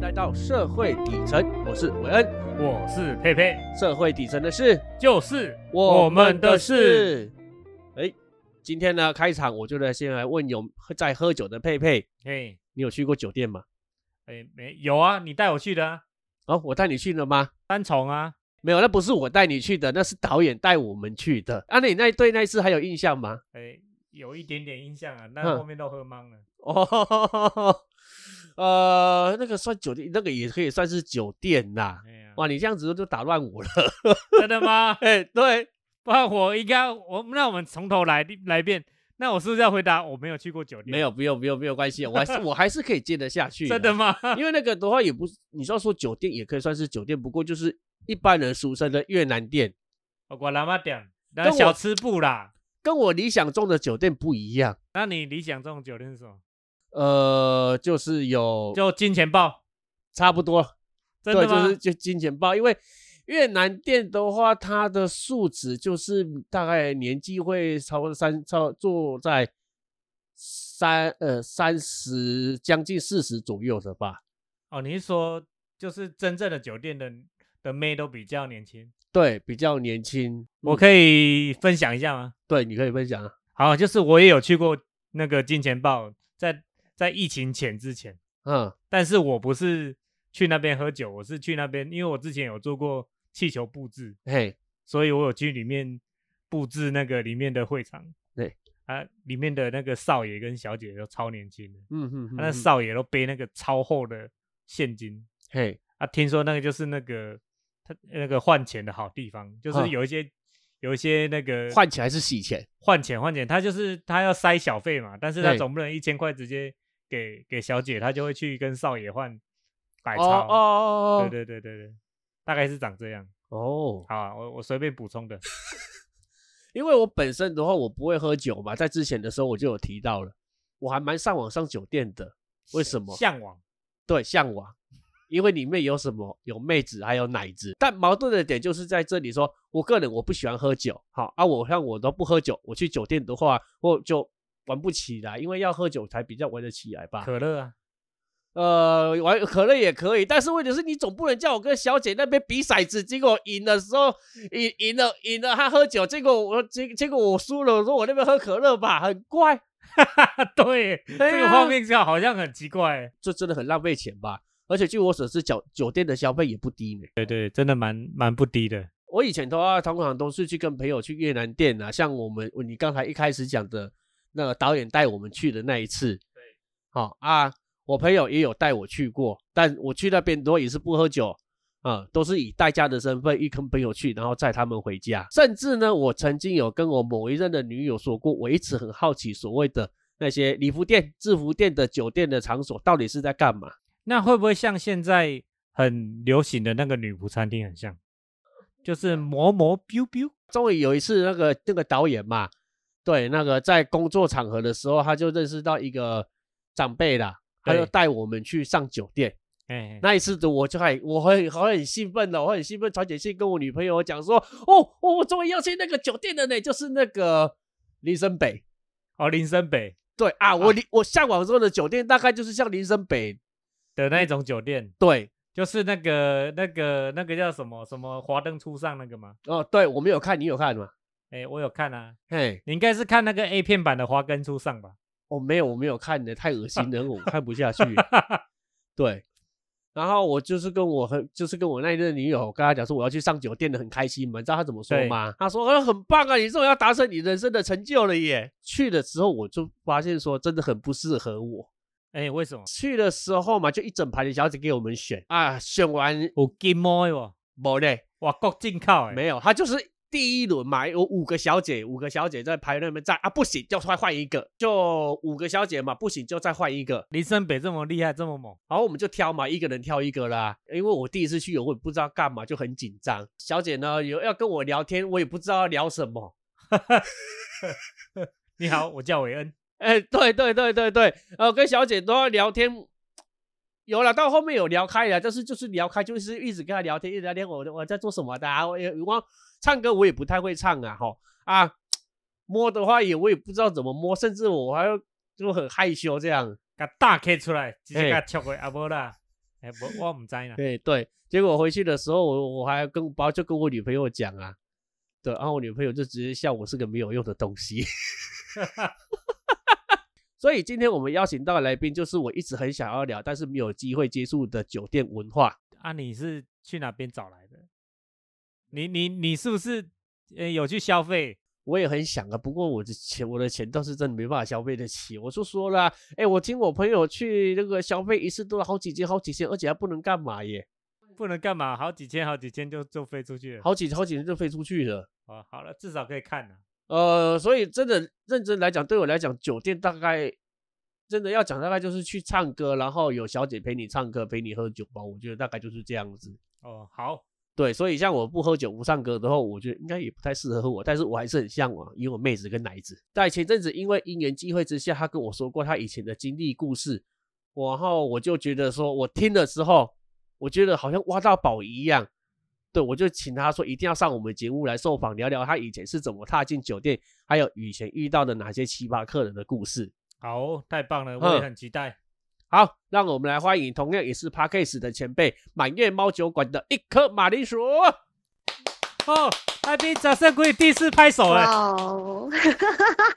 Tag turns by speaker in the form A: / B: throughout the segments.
A: 来到社会底层，我是韦恩。
B: 我是佩佩，
A: 社会底层的事，
B: 就是我们的事。。
A: 哎，今天呢，开场我就来先来问有在喝酒的佩佩，
B: 嘿，
A: 你有去过酒店吗？
B: 哎，没有啊，你带我去的啊，
A: 哦，我带你去了吗？
B: 三重啊，
A: 没有，那不是我带你去的，那是导演带我们去的。啊，那你那对那一次还有印象吗？
B: 哎，有一点点印象啊，那
A: 嗯
B: 后面都喝懵了。
A: 哦，呃，那个算酒店，那个也可以算是酒店啦。
B: 哎呀，
A: 哇，你这样子就打乱我了。？
B: 真的吗
A: 哎，对，
B: 不然我应该，我那我们从头来来一遍。那我是不是要回答我没有去过酒店？
A: 没有，不用，不用，没有关系，我还是我还是可以接得下 去。啊
B: 真的，吗？
A: 因为那个的话也不是，你要说酒店也可以算是酒店，不过就是一般人俗称的越南店，
B: 我喇嘛点，
A: 跟
B: 那
A: 我
B: 小吃部啦。
A: 跟我理想中的酒店不一样。
B: 那你理想中的酒店是什么？
A: 呃，就是有
B: 就金钱豹，
A: 差不多，
B: 真的
A: 对，就是
B: 吗？
A: 就金钱豹，因为越南店的话，它的素质就是大概年纪会超过三超坐在三呃三十将近四十左右的吧。
B: 哦，你是说就是真正的酒店的的妹都比较年
A: 嗯
B: 轻？
A: 对，比较年轻。
B: 我
A: 以、
B: 可以分享一下吗？
A: 对，你可以分享啊。
B: 好，就是我也有去过那个金钱豹，在在疫情前之前，
A: 嗯，
B: 但是我不是去那边喝酒，我是去那边，因为我之前有做过气球布置，
A: 嘿，
B: 所以我有去里面布置那个里面的会场。
A: 对
B: 啊，里面的那个少爷跟小姐都超年轻的，
A: 嗯哼哼
B: 啊
A: 哼
B: 那少爷都背那个超厚的现金
A: 嘿，
B: 啊，听说那个就是那个他那个换钱的好地方，就
A: 啊
B: 是有一些、有一些那个
A: 换起来是洗钱。
B: 换钱换钱，他就是他要塞小费嘛，但是他
A: 对
B: 总不能一千块直接给给小姐，他就会去跟少爷换百
A: 哦
B: 钞。
A: 哦哦哦，
B: 对对对对对，大概是长这样。
A: 哦，
B: 好、啊，我我随便补充的。
A: 因为我本身的话，我不会喝酒嘛，在之前的时候我就有提到了，我还蛮向往上酒店的。为什么？
B: 向往
A: 对，向往，因为里面有什么？有妹子，还有奶子。但矛盾的点就是在这里说，我个人我不喜欢喝酒，好啊，我像我都不喝酒，我去酒店的话，我就玩不起来，因为要喝酒才比较玩得起来吧。
B: 可乐啊，
A: 呃，玩可乐也可以，但是问题是你总不能叫我跟小姐那边比骰子，结果赢的时候赢赢了赢了，她喝酒，结果我结结果我输了，我说我那边喝可乐吧，很怪，
B: 对耶，
A: 对
B: 这个
A: 啊
B: 画面就好像很奇怪耶。
A: 这真的很浪费钱吧。而且据我所知，酒酒店的消费也不低呢。
B: 对对，真的蛮蛮不低的。
A: 我以前的话，通常都是去跟朋友去越南店啊，像我们你刚才一开始讲的那个导演带我们去的那一次，对，好、啊，我朋友也有带我去过，但我去那边多也是不喝酒啊、都是以代驾的身份一跟朋友去，然后载他们回家。甚至呢，我曾经有跟我某一任的女友说过，我一直很好奇所谓的那些礼服店、制服店的酒店的场所到底是在干嘛。
B: 那会不会像现在很流行的那个女仆餐厅很像？就是磨磨 biu biu，
A: 终于有一次，那个那个导演嘛，对，那个在工作场合的时候，他就认识到一个长辈啦，他就
B: 对
A: 带我们去上酒店。
B: 哎，
A: 那一次的我就还我很我很兴奋的，我很兴奋，传简讯跟我女朋友讲说，哦，哦我终于要去那个酒店了呢，就是那个林森北。
B: 哦，林森北
A: 对啊，我离我向往中的酒店大概就是像林森北，
B: 的那一种酒店。
A: 对，
B: 就是那个那个那个叫什么什么华灯初上那个吗？
A: 哦，对我没有看，你有看吗？
B: 哎、我有看啊，
A: 嘿，
B: 你应该是看那个 A 片版的华灯初上吧？
A: 我哦没有，我没有看的，太恶心了，我看不下去。对，然后我就是跟我很，就是跟我那一任女友，跟她讲说我要去上酒店的，很开心嘛。你知道她怎么说
B: 对
A: 吗？她说：“呃，很棒啊，你终于要达成你人生的成就了耶！”去的时候我就发现说，真的很不适合我。
B: 哎、为什么？
A: 去的时候嘛，就一整排的小姐给我们选啊，选完
B: 有金毛的哦，
A: 没嘞，
B: 哇，国进口哎、
A: 没有，她就是。第一轮嘛，有五个小姐，五个小姐在排那边站啊，不行就换换一个，就五个小姐嘛，不行就再换一个，
B: 林森北这么厉害，这么猛，
A: 然后我们就挑嘛，一个人挑一个啦。因为我第一次去，我也不知道干嘛，就很紧张。小姐呢有要跟我聊天，我也不知道要聊什么。
B: 你 好，我叫韦恩，
A: 哎，对对对对对，呃，跟小姐都要聊天，有了，到后面有聊开了，但是就是聊开，就是一直跟她聊天，一直聊天。我我在做什么的、啊？我也我唱歌我也不太会唱啊，哈啊，摸的话也我也不知道怎么摸，甚至我还要就很害羞这样。
B: 给大 K 出来，直接
A: 哎
B: 给敲过来，阿波啦，哎，我我唔知 啦。
A: 对对，结果回去的时候，我我还跟包就跟我女朋友讲啊，对，然后我女朋友就直接笑我是个没有用的东西。 所以今天我们邀请到的来宾，就是我一直很想要聊，但是没有机会接触的酒店文化。
B: 啊，你是去哪边找来的？你你你是不是呃有去消费？
A: 我也很想啊，不过我的钱，我的钱倒是真的没办法消费得起。我就说了啊、哎，我听我朋友去那个消费一次都好几千，好几千，而且还不能干嘛耶，
B: 不能干嘛？好几千好几千就就飞出去了。
A: 好几好几天就飞出去了。
B: 哦，好了，至少可以看了。
A: 呃，所以真的认真来讲，对我来讲，酒店大概真的要讲，大概就是去唱歌，然后有小姐陪你唱歌，陪你喝酒吧。我觉得大概就是这样子。
B: 哦，好，
A: 对，所以像我不喝酒不唱歌的话，我觉得应该也不太适合我，但是我还是很向往，因为我妹子跟奶子。在前阵子因为因缘际会之下，她跟我说过她以前的经历故事，我然后我就觉得说，我听了之后，我觉得好像挖到宝一样。对，我就请她说一定要上我们节目来受访，聊聊她以前是怎么踏进酒店，还有以前遇到的哪些奇葩客人的故事。
B: 好，太棒了，我也
A: 哼
B: 很期待。
A: 好，让我们来欢迎同样也是 Parkes 的前辈满月猫酒馆的一颗马铃薯。
B: 哦，艾比掌声鼓励，第一次拍手哎。
C: 哇哦！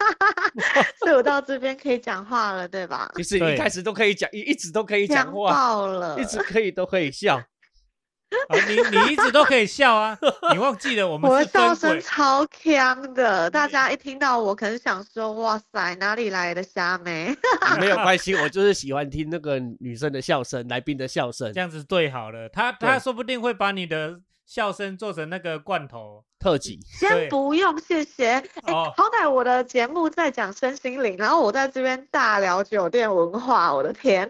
C: 所以我到这边可以讲话了，对吧？
A: 其实
B: 对
A: 一开始都可以讲，一一直都可以讲
C: 强
A: 话，
C: 爆了！
A: 一直可以都可以笑。
B: 啊，你你一直都可以笑 啊，你忘记了我
C: 我
B: 们
C: 的
B: 是
C: 笑
B: 分
C: 声
B: 轨，
C: 超强的，大家一听到我，可能想说：“哇塞，哪里来的虾妹，
A: 没有关系，我就是喜欢听那个女生的笑声，来宾的笑声
B: 这。样子对好了。他他
A: 对
B: 说不定会把你的笑声做成那个罐头？”
A: 特辑
C: 先
B: 对
C: 不用，谢谢。哎、
B: 哦
C: 好歹我的节目在讲身心灵，然后我在这边大聊酒店文化，我的天！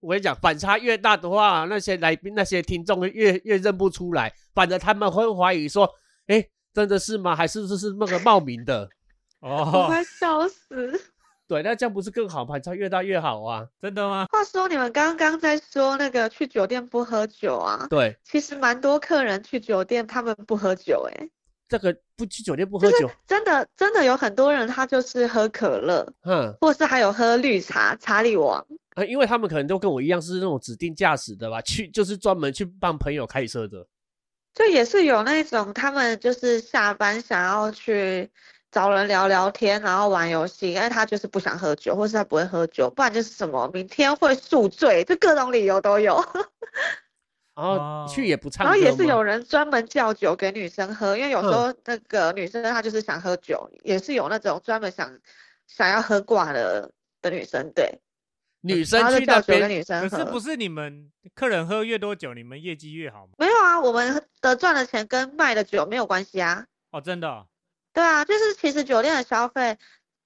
A: 我跟你讲，反差越大的话，那些来宾、那些听众越越认不出来，反而他们会怀疑说：“哎，真的是吗？还是这是那个冒名的
C: 我
B: 哦，
C: 快笑死。？”
A: 对，那这样不是更好？反差越大越好啊！
B: 真的 吗？
C: 话说，你们刚刚在说那个去酒店不喝酒啊？
A: 对，
C: 其实蛮多客人去酒店他们不喝酒、哎。
A: 这个不去酒店不喝酒，
C: 真的真的有很多人他就是喝可乐，
A: 哼、
C: 或是还有喝绿茶、查理王。
A: 啊，因为他们可能都跟我一样是那种指定驾驶的吧，去就是专门去帮朋友开车的。
C: 就也是有那种他们就是下班想要去找人聊聊天，然后玩游戏，因为他就是不想喝酒，或是他不会喝酒，不然就是什么明天会宿醉，就各种理由都有。
A: 然后去
B: 哦
A: 也不唱
C: 然
A: 歌
C: 后
A: 吗，嗯
C: 也是有人专门叫酒给女生喝，因为有时候那个女生她就是想喝酒，也是有那种专门想想要喝挂了的女生，对，
A: 女生
C: 然后就
A: 去
C: 叫
A: 那
C: 酒给
A: 边
C: 女生
B: 可
C: 喝。
B: 是不是你们客人喝越多酒，你们业绩越好吗？
C: 没有啊，我们的赚的钱跟卖的酒没有关系啊。
B: 哦，真的哦、
C: 对啊，就是其实酒店的消费，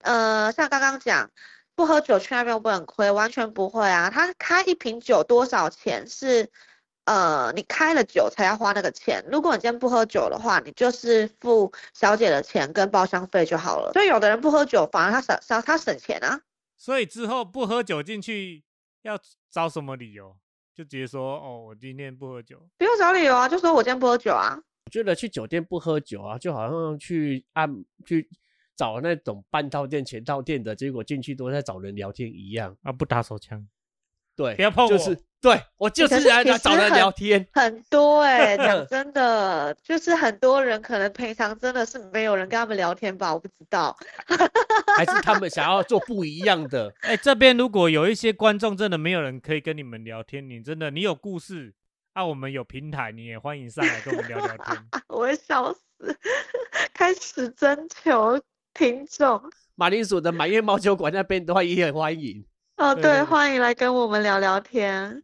C: 呃，像刚刚讲，不喝酒去那边会不会很亏？完全不会啊，他开一瓶酒多少钱是，呃，你开了酒才要花那个钱。如果你今天不喝酒的话，你就是付小姐的钱跟包厢费就好了。所以有的人不喝酒，反而他省省他省钱啊。
B: 所以之后不喝酒进去要找什么理由？就直接说哦，我今天不喝酒。
C: 不用找理由啊，就说我今天不喝酒啊。
A: 我觉得去酒店不喝酒啊，就好像去按去找那种半套店、全套店的，结果进去都在找人聊天一样。
B: 啊，不打手枪，
A: 对，
B: 不要碰我
A: 就是对我就是
C: 可是
A: 来
C: 其实
A: 找人
C: 很
A: 聊天。
C: 很多哎、讲真的，就是很多人可能平常真的是没有人跟他们聊天吧，我不知道。
A: 还是他们想要做不一样的。
B: 哎、这边如果有一些观众真的没有人可以跟你们聊天，你真的你有故事啊，我们有平台，你也欢迎上来跟我们聊聊天。
A: 啊
C: 我会笑死， 开始征求听众。
A: 马铃薯的满月猫酒馆那边的话也很欢迎。
C: 哦，
B: 对
C: 对，
B: 对
C: 欢迎来跟我们聊聊天。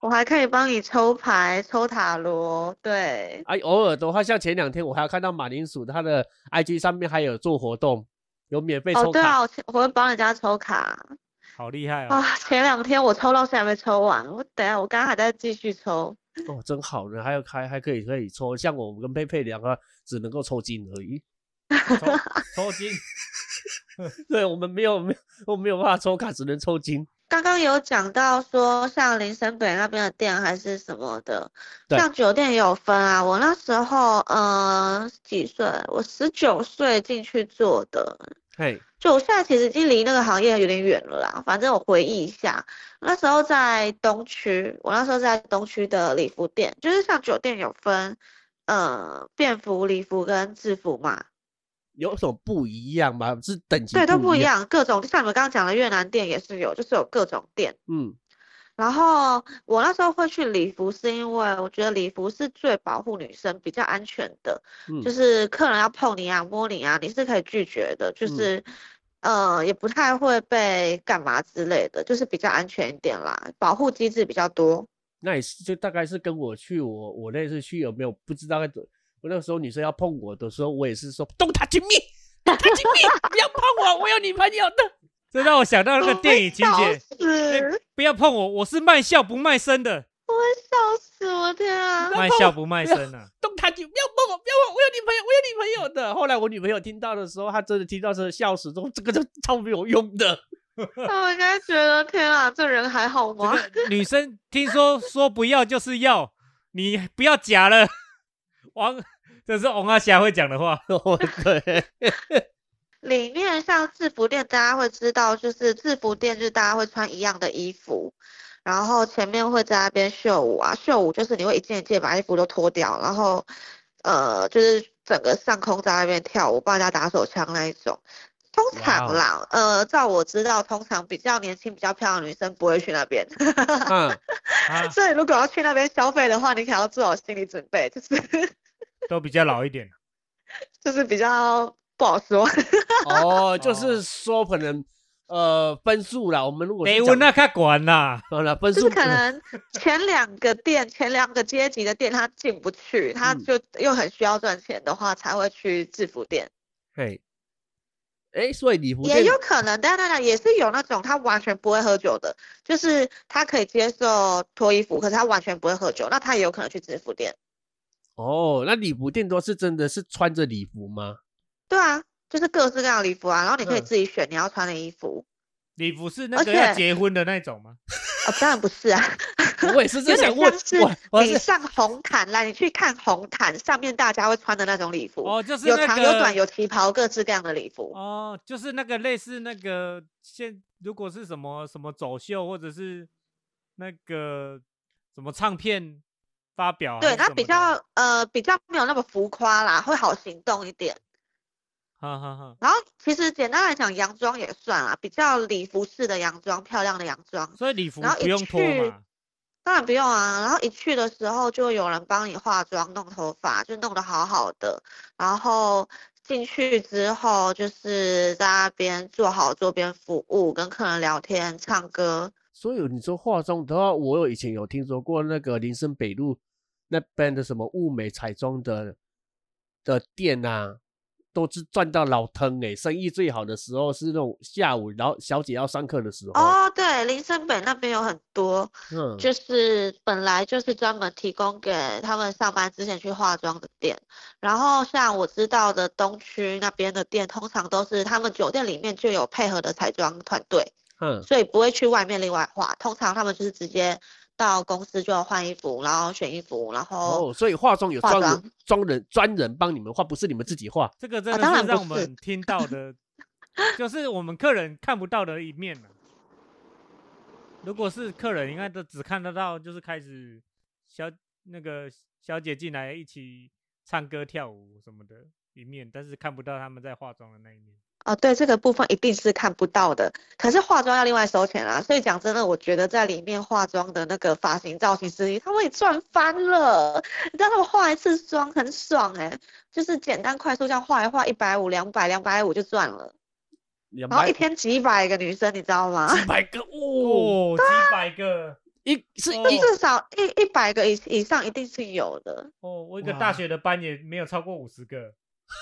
C: 我还可以帮你抽牌、抽塔罗，对，
A: 啊，偶尔的话，像前两天我还有看到马铃薯他的 IG 上面还有做活动，有免费抽
C: 哦，对
A: 卡。啊
C: 啊，我前我会帮人家抽卡
B: 好厉害哦！
C: 啊。前两天我抽到，现在还没抽完，我等一下我刚刚还在继续抽。
A: 哦，真好呢，还有还还可以可以抽，像我们跟佩佩两个只能够抽筋而已。
B: 抽抽筋，
A: 对我们没有没有我没有办法抽卡，只能抽筋。
C: 刚刚有讲到说，像林森北那边的店还是什么的，
A: 对
C: 像酒店也有分啊。我那时候，呃，几岁？我十九岁进去做的，
A: 嘿，
C: 就我现在其实已经离那个行业有点远了啦，反正我回忆一下，那时候在东区，我那时候在东区的礼服店，就是像酒店有分，呃，便服、礼服跟制服嘛，
A: 有什么不一样吗？是等级
C: 对，都不
A: 一
C: 一。样，各种像你们刚刚讲的越南店也是有，就是有各种店。
A: 嗯，
C: 然后我那时候会去礼服，是因为我觉得礼服是最保护女生、比较安全的，
A: 嗯
C: 就是客人要碰你啊、摸你啊，你是可以拒绝的，就
A: 嗯
C: 是，呃，也不太会被干嘛之类的，就是比较安全一点啦，保护机制比较多。
A: 那也是就大概是跟我去我我那次去有没有不知道该怎么我那时候女生要碰我的时候，我也是说 don't touch me，don't touch me，不要碰我，我有女朋友的。
B: 这让我想到那个
C: 我
B: 电
C: 会
B: 影情
C: 哦笑
B: 节，
C: 死，
B: 不要碰我，我是卖笑不卖身的，
C: 我会笑
B: 哎
C: 死，我 天啊！
B: 卖笑不卖身啊。
A: 动他就不要碰我，不要碰我，我有女朋友，我有女朋友的。后来我女朋友听到的时候，她真的听到真的笑死，说这个就超没有用的。
C: 我应该觉得天啊，这人还好吗？
B: 女生听说说不要就是要，你不要假了。王，这是王阿霞会讲的话。
A: 哦对，
C: 里面像制服店，大家会知道，就是制服店就是大家会穿一样的衣服，然后前面会在那边秀舞啊，秀舞就是你会一件一件把衣服都脱掉，然后呃就是整个上空在那边跳舞，帮人家打手枪那一种。通
A: 哇哦
C: 常啦，呃，照我知道，通常比较年轻、比较漂亮的女生不会去那 边，
A: 嗯，
B: 啊，
C: 所以如果要去那边消费的话，你可能要做好心理准备，就是
B: 都比较老一点。
C: 就是比较不好说。
A: 哦，就是说可能呃分数啦，我们如果
B: 得
A: 是
B: 问
A: 讲
B: 那看管啦，
A: 好了分
C: 就
A: 数
C: 是可能前两个店、前两个阶级的店他进不去，他
A: 嗯
C: 就又很需要赚钱的话，才会去制服店。
A: 嘿，哎，所以礼服
C: 也
A: 店
C: 有可能，但当然也是有那种他完全不会喝酒的，就是他可以接受脱衣服，可是他完全不会喝酒，那他也有可能去制服店。
A: 哦，那礼服店都是真的是穿着礼服吗？
C: 对啊，就是各式各样的礼服啊，然后你可以
A: 嗯
C: 自己选你要穿的衣服。
B: 礼服是那
C: 而
B: 个要
C: 且
B: 结婚的那种吗？
C: 哦，当然不是啊，
A: 我也是
C: 有
A: 正
C: 点
A: 想问
C: 像是，
A: 我我
C: 你
A: 是
C: 上红毯来，你去看红毯上面大家会穿的那种礼服，
B: 哦，就是
C: 有
B: 那
C: 长
B: 个
C: 有短，有旗袍，各式各样的礼服。
B: 哦，就是那个类似那个现，如果是什么什么走秀或者是那个什么唱片发表还是
C: 对，
B: 什么的，
C: 它比较呃比较没有那么浮夸啦，会好行动一点。
B: 哈哈哈。
C: 然后其实简单来讲，洋装也算啦，比较礼服式的洋装，漂亮的洋装，
B: 所以礼服
C: 然后
B: 不
C: 一
B: 用脱
C: 去
B: 嘛，
C: 当然不用啊。然后一去的时候就会有人帮你化妆、弄头发，就弄得好好的。然后进去之后就是在那边做好桌边服务，跟客人聊天、唱
B: 哦
C: 歌。
A: 所以你说化妆的话，我有以前有听说过那个林森北路那边的什么物美彩妆的的店啊，都是赚到老坑哎、生意最好的时候是那种下午，然后小姐要上课的时候，
C: 哦，对，林森北那边有很多，
A: 嗯，
C: 就是本来就是专门提供给他们上班之前去化妆的店，然后像我知道的东区那边的店，通常都是他们酒店里面就有配合的彩妆团队，
A: 嗯，
C: 所以不会去外面另外化，通常他们就是直接到公司就换衣服，然后选衣服，然后
A: 哦，所以化妆有
C: 化
A: 专人专人专人帮你们化，不是你们自己化。
B: 这个真
C: 啊
B: 的
C: 当
B: 是
C: 然不
B: 让我
C: 是
B: 们听到的，就是我们客人看不到的一面啊如果是客人，应该都只看得到，就是开始小那个小姐进来一起唱歌跳舞什么的一面，但是看不到他们在化妆的那一面。
C: 哦，对，这个部分一定是看不到的，可是化妆要另外收钱啊，所以讲真的，我觉得在里面化妆的那个发型造型师，他们也赚翻了。你知道他们化一次妆很爽哎、就是简单快速这样化一化，一百五、两百、两百五就赚了，
A: 两
C: 然后
A: 百
C: 哦一天几百个女生，你知道吗？
A: 几百个哦，
B: 哦，几百个
A: 一是
B: 哦
A: 一
C: 至少一一百个以以上一定是有的。
B: 哦，我一个
A: 哇
B: 大学的班也没有超过五十个，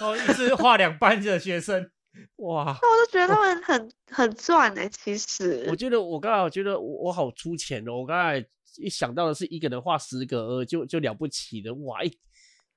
B: 哦，一次画两班的学生，哇，
C: 那我就觉得他们很很赚哎、其实
A: 我觉得我刚好觉得我我好出钱哦，我刚才一想到的是一个人画十个呃，就就了不起了哇！一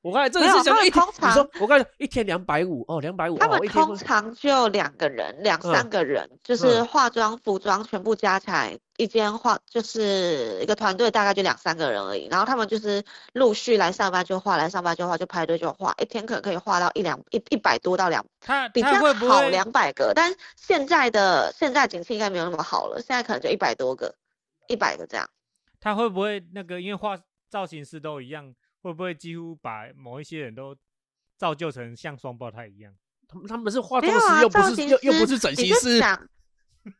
A: 我刚才真
C: 没
A: 的是
C: 有
A: 想
C: 他
A: 说
C: 们
A: 一天，
C: 通
A: 你
C: 常
A: 说我刚才一天两百五哦，两百五，
C: 他
A: 哦
C: 们
A: 一天
C: 通常就两个人、两
A: 嗯
C: 三个人，就是化妆、服装全部加起来，一间化就是一个团队大概就两三个人而已。然后他们就是陆续来上班就化，来上班就化，就排队就化，一天可能可以化到一两一一百多到两，
B: 他
C: 比较
B: 他会不
C: 好
B: 会
C: 两百个。但现在的现在景气应该没有那么好了，现在可能就一百多个，一百个这样。
B: 他会不会那个因为画造型师都一样，会不会几乎把某一些人都造就成像双胞胎一样？
A: 他们他们是化
C: 没
A: 妆
C: 有
A: 师，
C: 啊，
A: 又不
C: 造
A: 是
C: 型
A: 又又
C: 师
A: 不是整
C: 你
A: 形
C: 就
A: 师，
C: 想，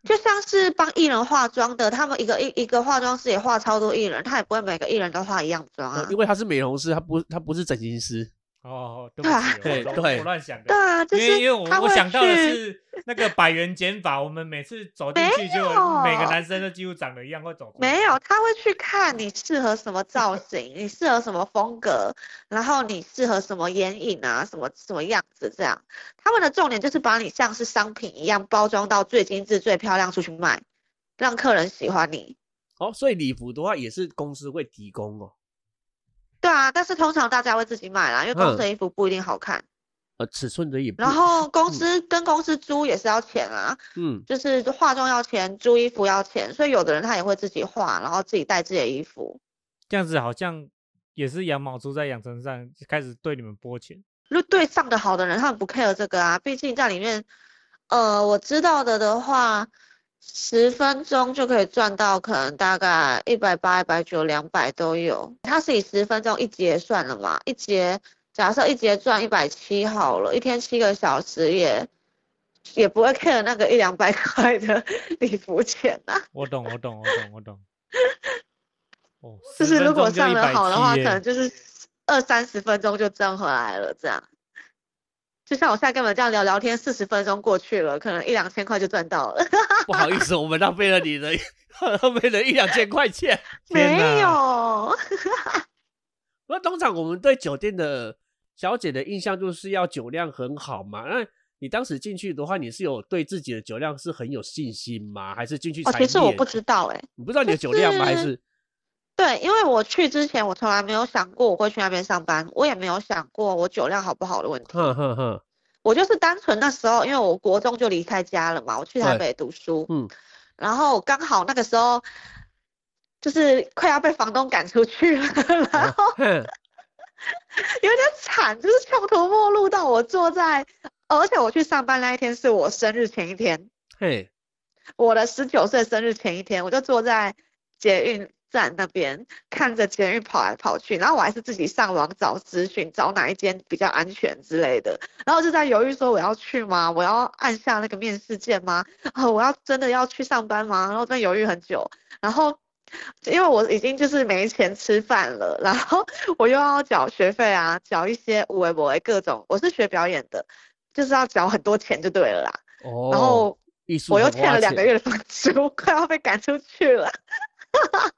C: 就像是帮艺人化妆的，他们一个一一个化妆师也化超多艺人，他也不会每个艺人都化一样妆
A: 呃
C: 啊。
A: 因为他是美容师，他不他不是整形师。
B: 哦，对
C: 对啊
B: 不起，我
A: 对
B: 乱
A: 对
B: 我乱想的
C: 对。啊，就
B: 因为
C: 是
B: 因为我
C: 他
B: 我
C: 会
B: 想到的
C: 去
B: 是那个百元减法，我们每次走进
C: 没
B: 去就每个男生都几乎长得一样，会走出来
C: 没有，他会去看你适合什么造型，你适合什么风格，然后你适合什么眼影啊，什么什么样子这样。他们的重点就是把你像是商品一样包装到最精致、最漂亮出去卖，让客人喜欢你。
A: 哦，所以礼服的话也是公司会提供哦。
C: 对啊，但是通常大家会自己买啦，因为公司
A: 嗯
C: 的衣服不一定好看。
A: 呃，尺寸的也不
C: 然，后公司跟公司租也是要钱啊，
A: 嗯，
C: 就是化妆要钱，租衣服要钱，所以有的人他也会自己化，然后自己带自己的衣服。
B: 这样子好像也是羊毛出在羊身上，开始对你们拨钱。
C: 如果对上的好的人，他们不 care 这个啊，毕竟在里面，呃，我知道的的话，十分钟就可以赚到可能大概一百八、一百九、两百都有。它是以十分钟一节算了嘛，一节假设一节赚一百七好了，一天七个小时也也不会 care 那个一两百块的 礼服钱啊。
B: 我懂，我懂，我懂，我懂。哦，
C: 就是如果上
B: 的
C: 的好的话，可能就是二三十分钟就挣回来了，这样。就像我现在跟你们这样聊聊天，四十分钟过去了，可能一两千块就赚到了。
A: 不好意思，我们浪费了你的 浪费了一两千块钱。
B: 天哪
C: 没有，哦
A: 那通常我们对酒店的小姐的印象就是要酒量很好嘛。那你当时进去的话，你是有对自己的酒量是很有信心吗？还是进去
C: 哦，
A: 才
C: 其实我
A: 练
C: 不知道哎、
A: 你不知道你的酒量吗？还
C: 就是
A: 是
C: 对，因为我去之前，我从来没有想过我会去那边上班，我也没有想过我酒量好不好的问题。
A: 哼哼哼，
C: 我就是单纯那时候，因为我国中就离开家了嘛，我去台
A: 对
C: 北读书，
A: 嗯，
C: 然后刚好那个时候就是快要被房东赶出去了，
A: 哦
C: 然后
A: 哼，
C: 有点惨，就是穷途末路到我坐在，呃而且我去上班那一天是我生日前一天，
A: 嘿，
C: 我的十九岁生日前一天，我就坐在捷运站那边看着捷运跑来跑去，然后我还是自己上网找资讯，找哪一间比较安全之类的，然后就在犹豫说我要去吗？我要按下那个面试键吗？啊、我要真的要去上班吗？然后在犹豫很久，然后。因为我已经就是没钱吃饭了，然后 我又要缴学费啊，缴一些五维、博维各种，我是学表演的，就是要缴很多钱就对了啦。
A: 哦，
C: 然后
A: 艺术
C: 我又
A: 很
C: 欠
A: 花
C: 了两个
A: 钱
C: 月的房租，快要被赶出去了。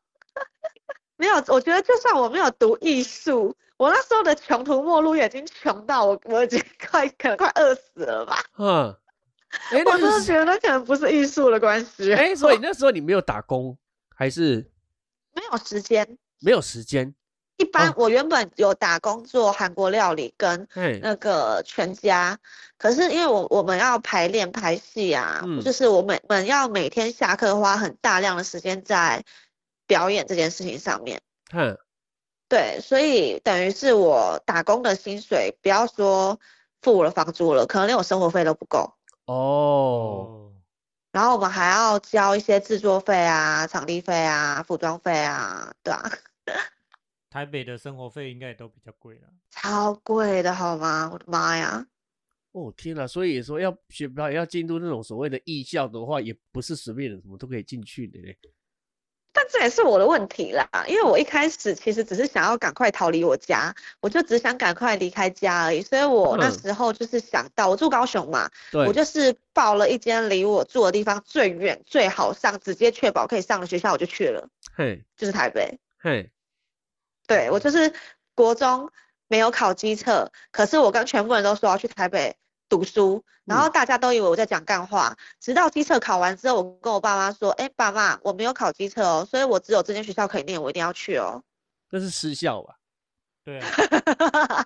C: 没有，我觉得就算我没有读艺术，我那时候的穷途末路也已经穷到我，我已经快可能快饿死了吧。
A: 哼，哎， 那
C: 我真
A: 个
C: 的
A: 是
C: 觉得那可能不是艺术的关系，
A: 哎，所以那时候你没有打工，还是
C: 没有时间。
A: 没有时间？
C: 一般
A: 哦
C: 我原本有打工做韩国料理跟
A: 嘿，
C: 那个全家，可是因为我我们要排练排戏啊，
A: 嗯
C: 就是我们们要每天下课花很大量的时间在表演这件事情上面。
A: 哼，
C: 对，所以等于是我打工的薪水，不要说付我的房租了，可能连我生活费都不够。
A: 哦，
B: 哦，
C: 然后我们还要交一些制作费啊、场地费啊、服装费啊，对啊，
B: 台北的生活费应该也都比较贵了。
C: 超贵的好吗？我的妈呀！
A: 哦，天哪！所以说要学表演，要进入那种所谓的艺校的话，也不是随便人什么都可以进去的嘞。
C: 但这也是我的问题啦，因为我一开始其实只是想要赶快逃离我家，我就只想赶快离开家而已，所以我那
A: 嗯
C: 时候就是想到，我住高雄嘛，
A: 对，
C: 我就是报了一间离我住的地方最远、最好上，直接确保可以上的学校，我就去了，
A: 嘿，
C: 就是台北。
A: 嘿，
C: 对，我就是国中没有考机测，可是我跟全部人都说要去台北读书，然
A: 嗯
C: 后大家都以为我在讲干话，直到机测考完之后，我跟我爸妈说：“哎，爸妈，我没有考机测哦，所以我只有这间学校可以念，我一定要去哦。
A: 那是私校吧？”
B: 对啊，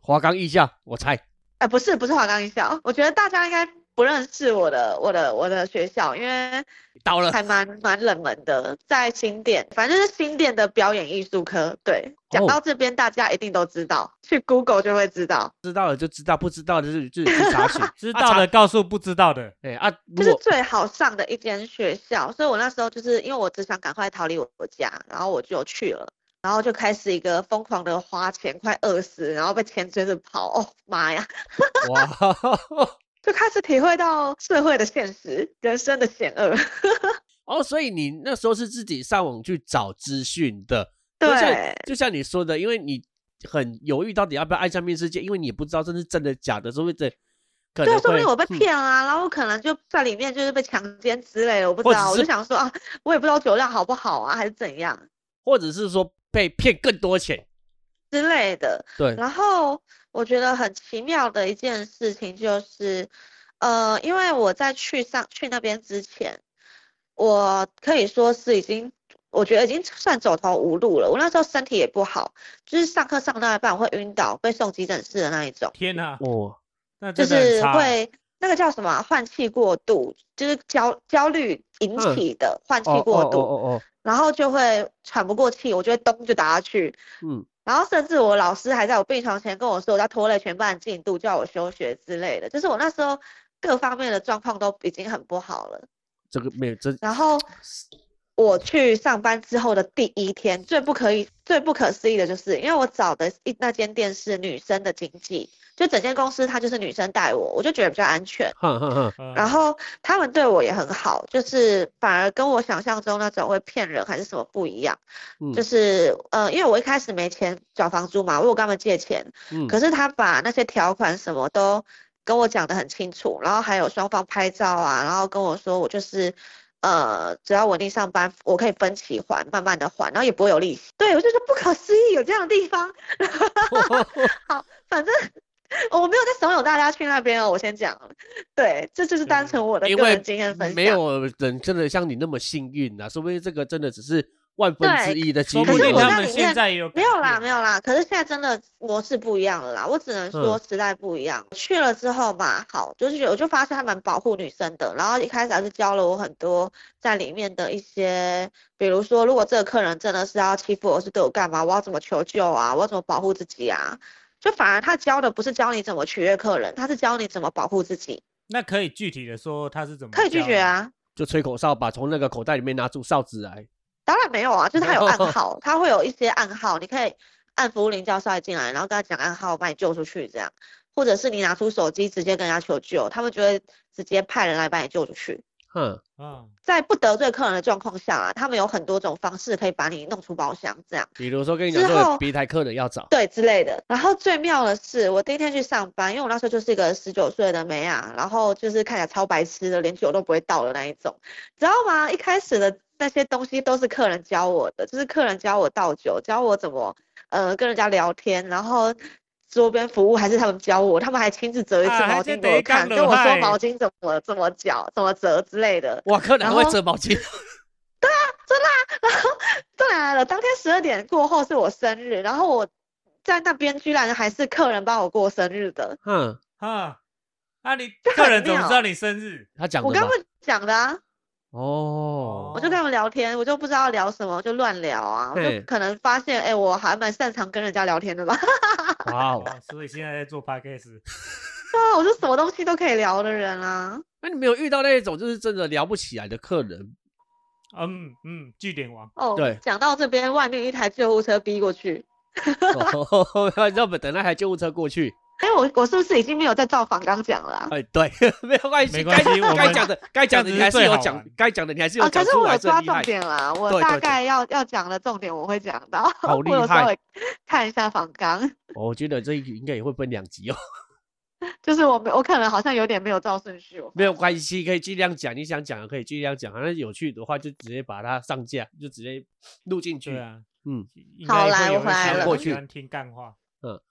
A: 华冈艺校，我猜。
C: 哎，不是不是华冈艺校，我觉得大家应该不认识我的我的我的学校，因为
A: 倒了
C: 还蛮蛮冷门的，在新店，反正是新店的表演艺术科。对，讲
A: 哦
C: 到这边大家一定都知道，去 Google 就会知道，
A: 知道了就知道，不知道的就自己 去查询
B: 知
A: 啊
B: 道
A: 查
B: 的告诉不知道的，
A: 哎啊，如
C: 就是
A: 果
C: 最好上的一间学校。所以我那时候就是因为我只想赶快逃离我家，然后我就去了。然后就开始一个疯狂的花钱，快饿死，然后被钱追着跑，哦妈呀！
A: 哇
C: 就开始体会到社会的现实，人生的险恶。
A: 哦，所以你那时候是自己上网去找资讯的，就像
C: 对，
A: 就像你说的，因为你很犹豫到底要不要爱上面世界，因为你也不知道这是真的假的，说不定可能
C: 对，
A: 会
C: 说明我被
A: 嗯
C: 骗啊，然后我可能就在里面就是被强奸之类的，我不
A: 或
C: 知道，
A: 者
C: 我
A: 是
C: 就想说啊，我也不知道酒量好不好啊，还是怎样
A: 或者是说被骗更多钱，
C: 之类的。
A: 对，
C: 然后我觉得很奇妙的一件事情就是，呃，因为我在去上去那边之前，我可以说是已经，我觉得已经算走投无路了。我那时候身体也不好，就是上课上到一半我会晕倒，被送急诊室的那一种。
B: 天哪，
A: 哦，
B: 那
C: 就
B: 真的很
C: 是
B: 差欸。
C: 会那个叫什么啊换气过度，就是焦焦虑引
A: 嗯
C: 起的换气
A: 哦
C: 过
A: 哦
C: 度，
A: 哦哦哦，
C: 然后就会喘不过气，我就会咚就打下去，
A: 嗯，
C: 然后甚至我老师还在我病床前跟我说我在拖累全班的进度，叫我休学之类的，就是我那时候各方面的状况都已经很不好了，
A: 这个没有这
C: 然后。我去上班之后的第一天，最不可以、最不可思议的就是，因为我找的一那间店是女生的经纪，就整间公司她就是女生带我，我就觉得比较安全。
A: 哼哼哼，
B: 嗯
C: 然后他们对我也很好，就是反而跟我想象中那种会骗人还是什么不一样。
A: 嗯
C: 就是呃，因为我一开始没钱缴房租嘛，我有跟他们借钱，
A: 嗯，
C: 可是他把那些条款什么都跟我讲得很清楚，然后还有双方拍照啊，然后跟我说我就是。呃，只要稳定上班，我可以分期还，慢慢的还，然后也不会有利息。对，我就说不可思议，有这样的地方。反正 我没有在怂恿大家去那边哦，我先讲。对，这就是单
B: 嗯
C: 纯我的
A: 因
C: 个
A: 为
C: 人经验分享。
A: 没有人真的像你那么幸运啊，说不定这个真的只是万分
C: 对
A: 之一的几
B: 说
A: 率
B: 不
C: 可是
B: 定
C: 我
A: 而已。
B: 他
C: 在
B: 们
C: 里
B: 现
C: 面
B: 在也有改
C: 没有啦，
B: 变
C: 没有啦。可是现在真的模式不一样了啦，我只能说
A: 嗯
C: 时代不一样。去了之后嘛，好，就是我就发现他蛮保护女生的。然后一开始还是教了我很多在里面的一些，比如说，如果这个客人真的是要欺负我，是对我干嘛，我要怎么求救啊，我要怎么保护自己啊？就反而他教的不是教你怎么取悦客人，他是教你怎么保护自己，
B: 那可以具体的说他是怎么
C: 可以拒
B: 教
C: 绝
B: 的
C: 啊。
A: 就吹口哨吧，从那个口袋里面拿出哨子来。
C: 当然没有啊，就是它有暗
A: 哦
C: 号，它会有一些暗号，你可以按服务铃叫帅进来，然后跟他讲暗号，把你救出去这样，或者是你拿出手机直接跟人家求救，他们就会直接派人来把你救出去。
A: 哼，
B: 啊，
C: 在不得罪客人的状况下啊，他们有很多种方式可以把你弄出包厢这样，
A: 比如说跟你讲
C: 之
A: 说
C: 后
A: 别台客人要找，
C: 对之类的。然后最妙的是，我第一天去上班，因为我那时候就是一个十九岁的妹啊，然后就是看起来超白痴的，连酒都不会倒的那一种。知道吗？一开始的那些东西都是客人教我的，就是客人教我倒酒，教我怎么呃跟人家聊天，然后桌边服务还是他们教我，他们还亲自折一次
B: 啊
C: 毛
B: 还真
C: 巾给我
B: 得干
C: 看，跟
B: 了
C: 我说
B: 嗨
C: 毛巾怎么怎么绞、怎么折之类的。
A: 哇，客人
C: 然
A: 会
C: 后
A: 折毛巾，
C: 然后重点来了，当天十二点过后是我生日，然后我在那边居然还是客人帮我过生日的，
A: 哼，
B: 啊，啊你
C: 就
B: 客
C: 很
B: 人怎么
C: 妙
B: 知道你生日？
A: 他讲
C: 我
A: 的
C: 跟
A: 嘛
C: 他。们讲的啊。
A: 哦
C: 我，就跟他们聊天，我就不知道聊什么，就乱聊啊，我
A: 对
C: 就可能发现，哎、我还蛮擅长跟人家聊天的吧。
A: 哇哦，
B: 哦，所以现在在做 podcast，
C: 啊，我是什么东西都可以聊的人啊。
A: 那你没有遇到那一种就是真的聊不起来的客人？
B: 嗯嗯，据点王，
C: 哦，
A: 对
C: 讲到这边，外面一台救护车逼过去，
A: 哦， 要不等那台救护车过去？
C: 哎，我我是不是已经没有在造访刚讲了 啊？
A: 哎，对，没有关系，
B: 没
A: 该
B: 关系我
A: 该
B: 们
A: 讲的，该讲的你还是
B: 这样子是最
A: 有
B: 好
A: 讲
B: 玩，
A: 该讲的你还是有
C: 啊，可
A: 呃讲
C: 是
A: 出
C: 我
A: 来，
C: 有
A: 这很
C: 抓
A: 厉
C: 重
A: 害。
C: 点啦，
A: 对
C: 我
A: 对
C: 大
A: 对
C: 概要要讲的重点我会讲到，
A: 好厉
C: 我有
A: 害
C: 稍微看一下访纲，
A: 我觉得这一集应该也会分两集哦，
C: 就是我没我可能好像有点没有照顺序哦。
A: 没有关系，可以尽量讲，你想讲的可以尽量讲，反正有趣的话就直接把它上架，就直接录进去
B: 对。啊，
A: 嗯，
B: 应
C: 好
B: 该
C: 来
B: 会有
C: 我
B: 一
C: 回来
B: 些人
A: 了过
B: 喜
A: 去
B: 欢听干话，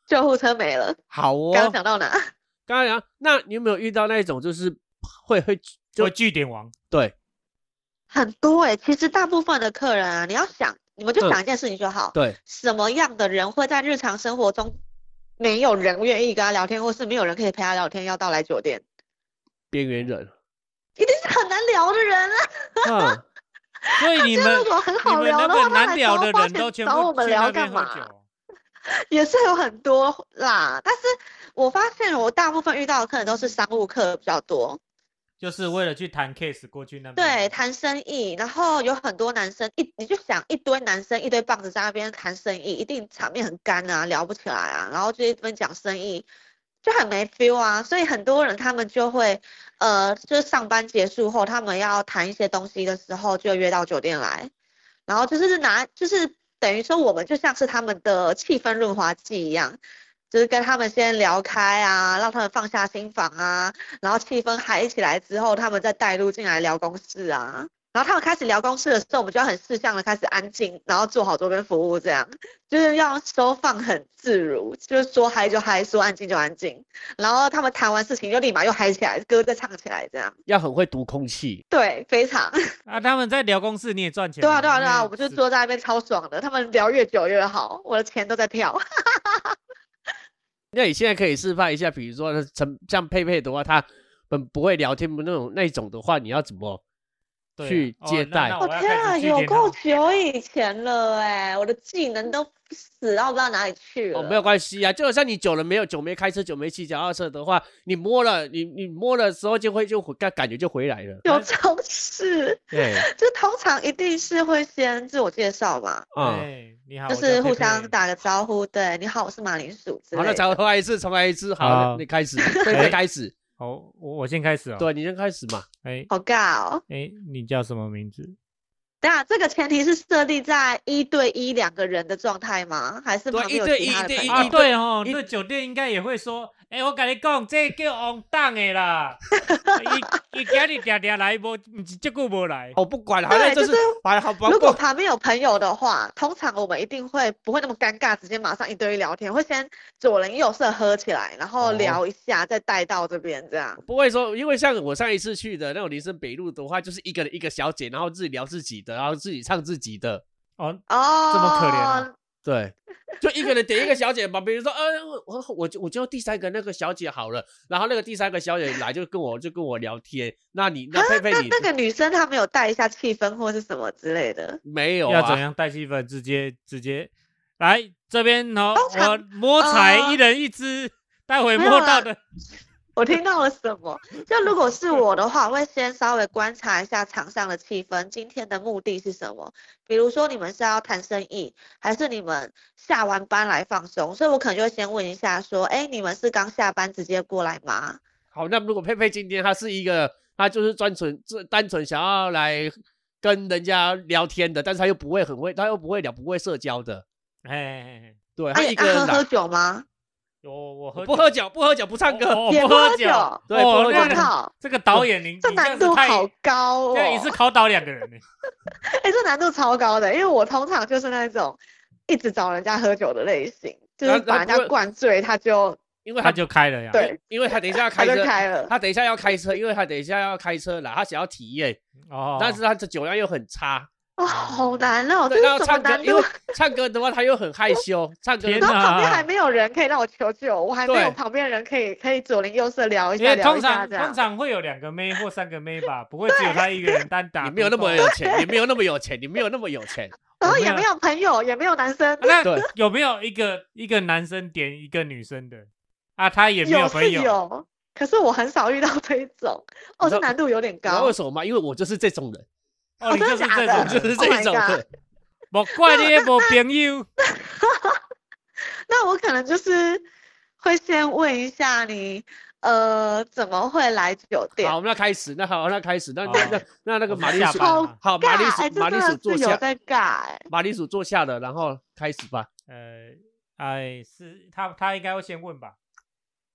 C: 救护车没了，
A: 好哦。
C: 刚刚讲到哪？
A: 刚刚讲，那你有没有遇到那种就是会会就
B: 做据点王，
A: 对
C: 欸很多哎、其实大部分的客人啊，你要想，你们就
A: 嗯
C: 想一件事情就好，
A: 对，
C: 什么样的人会在日常生活中没有人愿意跟他聊天，或是没有人可以陪他聊天，要到来酒店，
A: 边缘 人，
C: 一定是很难聊的人啊。
A: 嗯，
B: 所以你
C: 今天
B: 们
C: 如果很
B: 你
C: 好
B: 们
C: 聊
B: 那
C: 的话，
B: 个
C: 他
B: 难
C: 来
B: 聊
C: 找
B: 的
C: 花
B: 人
C: 钱
B: 都全部
C: 找我们
B: 去
C: 聊
B: 那
C: 干
B: 边喝
C: 嘛？
B: 酒。
C: 也是有很多啦，但是我发现我大部分遇到的客人都是商务客比较多，
B: 就是为了去谈 case 过去那边。
C: 对，谈生意，然后有很多男生一，你就想一堆男生一堆棒子在那边谈生意，一定场面很干啊，聊不起来啊，然后就一边讲生意，就很没 feel 啊，所以很多人他们就会，呃，就是上班结束后，他们要谈一些东西的时候，就约到酒店来，然后就是拿，就是等于说我们就像是他们的气氛润滑剂一样。就是跟他们先聊开啊，让他们放下心防啊，然后气氛嗨起来之后，他们再带入进来聊公事啊。然后他们开始聊公事的时候，我们就要很适当的开始安静，然后做好周边服务，这样就是要收放很自如，就是说嗨就嗨，说安静就安静。然后他们谈完事情就立马又嗨起来，歌再唱起来，这样
A: 要很会读空气，
C: 对，非常
B: 啊，他们在聊公事，你也赚钱
C: 对
B: 嘛。
C: 啊对啊对
B: 那
C: 啊，
B: 也
C: 我们就是坐在那边超爽的，他们聊越久越好，我的钱都在跳。
A: 那你现在可以示范一下，比如说陈像佩佩的话，他本不会聊天不那种那种的话，你要怎么？
B: 对啊
A: 去
B: 哦
A: 接
B: 那
A: 待
B: 那
C: 我
B: 我要
C: 天
B: 开
C: 啊，
B: 始去
C: 有
B: 练
C: 够
B: 了
C: 久以前了哎、我的技能都死到不知道哪里去了。
A: 哦，没有关系啊，就好像你久了没有久没开车，久没骑脚踏车的话，你摸了你你摸了时候就会就回感感觉就回来了。哎
C: 有这种事，
A: 对，
C: 就通常一定是会先自我介绍嘛，
A: 啊、
B: 哎，你好，
C: 就
B: 我叫
C: 是
B: 佩
C: 互
B: 佩
C: 相。打个招呼，对，你好，我是马铃薯之
A: 好，那
C: 类的。
A: 重来一次，重来一次，好，那
B: 好
A: 你开 始，佩佩
B: 哎
A: 开始，
B: 好，我我先开始哦。
A: 对，你先开始嘛。
B: 哎
C: 好尬哦！
B: 哎，你叫什么名字？
C: 等下，这个前提是设立在一对一两个人的状态吗？还是
A: 对
C: 旁
A: 一
C: 边有
A: 对
C: 其
A: 一
C: 他
A: 一
C: 的
A: 对
C: 朋
A: 一
C: 友？
B: 啊，对哦，
A: 一
B: 对酒店应该也会说，哎，我跟你讲，这叫王档的 啦。伊伊今日常常来，无唔是这久无来。
A: 我、哦不管了，好像
C: 对
A: 就是
C: 就是
A: 把好把
C: 如果
A: 不
C: 旁边有朋友的话，通常我们一定会不会那么尴尬，直接马上一对一聊天，会先左邻右舍喝起来，然后
A: 哦
C: 聊一下，再带到这边这样。
A: 不会说，因为像我上一次去的那种林森北路的话，就是一个人一个小姐，然后自己聊自己的，然后自己唱自己的，
B: 哦，
C: 哦，
B: 么可怜啊
A: 对，就一个人点一个小姐嘛，比如说，呃，我我我就我就第三个那个小姐好了，然后那个第三个小姐来就跟我就跟我聊天，那你那佩佩
C: 啊那
A: 你
C: 那个女生她没有带一下气氛或是什么之类的，
A: 没有
B: 要怎
A: 啊？
B: 样带气氛？直接直接来这边哦，
C: 通常
B: 我摸彩，
C: 呃
B: 一人一只，待会
C: 没
B: 摸
C: 有
B: 到
C: 啦
B: 的。
C: 我听到了什么？就如 果是我的话，我会先稍微观察一下场上的气氛，今天的目的是什么？比如说你们是要谈生意，还是你们下完班来放松？所以我可能就会先问一下，说，哎，你们是刚下班直接过来吗？
A: 好，那如果佩佩今天她是一个，她就是专纯这单纯想要来跟人家聊天的，但是她又不会很会，她又不会聊，不会社交的，
B: 哎哎哎，哎
A: 对，她
C: 哎，
A: 一个
C: 啊
A: 人
C: 喝喝
A: 来。
C: 酒吗？
B: 我我喝哦
A: 我不喝酒，不喝酒，不唱歌。
B: 我
C: 也
B: 不
C: 不
B: 喝
C: 喝酒
A: 对
B: 哦
A: 不喝
B: 那
A: 酒
C: 我
B: 个
C: 靠，
B: 这个导演，您
C: 这
B: 你
C: 难
B: 样子
C: 度
B: 太
C: 好高哦！
B: 对，一次考倒两个人呢。
C: 哎、这难度超高的，因为我通常就是那种一直找人家喝酒的类型，就
A: 然
C: 是
A: 后他
C: 把人
A: 不
C: 家
A: 会
C: 灌醉，他就
A: 因为
B: 他
A: 他
B: 就开了呀。
C: 对，
A: 因为他等一下要
C: 他
A: 开
C: 就
A: 车，
C: 开了。
A: 他等一下要开车，因为他等一下要开车啦，他想要体验，
B: 哦，
A: 但是他的酒量又很差，
C: 哦，好难哦，这
A: 对，然后
C: 是什么
A: 唱歌，
C: 难
A: 因为
C: 度？
A: 唱歌的话他又很害羞，唱歌
B: 天
C: 然后旁边
B: 哪
C: 还没有人可以让我求救，我还没有
A: 对
C: 旁边人可以可以左邻右舍聊一
B: 因
C: 下
B: 为
C: 聊
B: 通
C: 一下
B: 常
C: 这
B: 通
C: 样。
B: 常会有两个妹或三个妹吧，不会只有他一个人单打独斗。
A: 你
B: 啊
A: 没有那么有钱，你没有那么有钱，你没有那么有 钱，
C: 然
B: 我
C: 后
B: 啊
C: 也
B: 没
C: 没
B: 有
C: 有朋友，也没有男生，
B: 那
A: 对
B: 有没有一个一个男生点一个女生的啊？他也没
C: 有
B: 朋
C: 是
B: 友，
C: 有，可是我很少遇到这一种。
A: 你
C: 哦，
A: 知道
C: 这难度有点
A: 你知道为
C: 高。
A: 什么吗？因为我就是这种人，
B: 哦，你就是这
A: 我
C: 哦
B: 种
A: 就
B: 人，
A: 是
C: Oh my
A: 这种人
C: God，
B: 莫怪你也没朋友。
C: 那我可能就是会先问一下你，呃，怎么会来酒店？
A: 好，那开始，那好，那开始，那
B: 好
A: 那那那那个
B: 哦我
A: 马
B: 是
A: 铃
B: 下
A: 薯，
B: 班
C: 好
B: 嘛
A: 好，马铃
C: 尬，哎，
A: 薯，
C: 这
A: 马
C: 真
A: 铃
C: 的
A: 薯坐
C: 是有
A: 下，
C: 在尬，哎，
A: 马铃薯坐下了，然后开始吧。
B: 呃，哎，是他他应该会先问吧？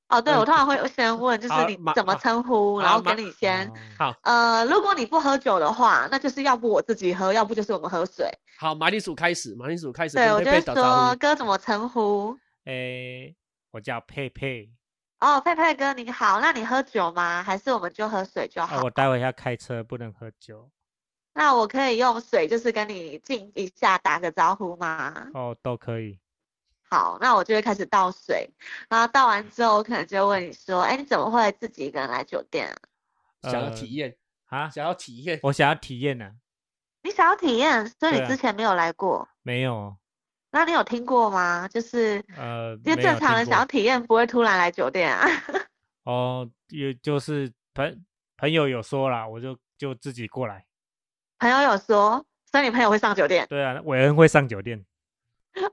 C: 哦，对，
A: 嗯
C: 我通常会先问，就是
A: 好
C: 你
B: 啊
A: 马
C: 怎么
A: 好
C: 称呼，然
A: 好
C: 后
A: 马
C: 跟你先
B: 哦，
A: 好
C: 呃，如果你不喝酒的话，那就是要不我自己喝，要不就是我们喝水。
A: 好，马铃薯开始，马铃薯开始
C: 对，
A: 跟
C: 我
A: 佩
C: 就会
A: 佩打招
C: 说
A: 呼。
C: 哥怎么称呼？
B: 哎，我叫佩佩，
C: 哦，佩佩哥你好，那你喝酒吗？还是我们就喝水就
B: 啊，
C: 好？
B: 我待会要开车，不能喝酒。
C: 那我可以用水就是跟你敬一下，打个招呼吗？
B: 哦，都可以。
C: 好，那我就会开始倒水，然后倒完之后，我可能就问你说，哎，你怎么会自己一个人来酒店啊？
A: 想要
B: 呃
A: 体验，
B: 啊，
A: 想要体验，
B: 我想要体验呢、
C: 你想要体验，所以
B: 对
C: 你
B: 啊
C: 之前没有来过，
B: 没有，哦
C: 那你有听过吗？就是
B: 呃，
C: 因
B: 没
C: 为
B: 有
C: 正常
B: 听过
C: 人想要体验不会突然来酒店啊。
B: 哦，也就是朋朋友有说啦，我就就自己过来。
C: 朋友有说，所以你朋友会上酒店
B: 对啊，韦恩会上酒店。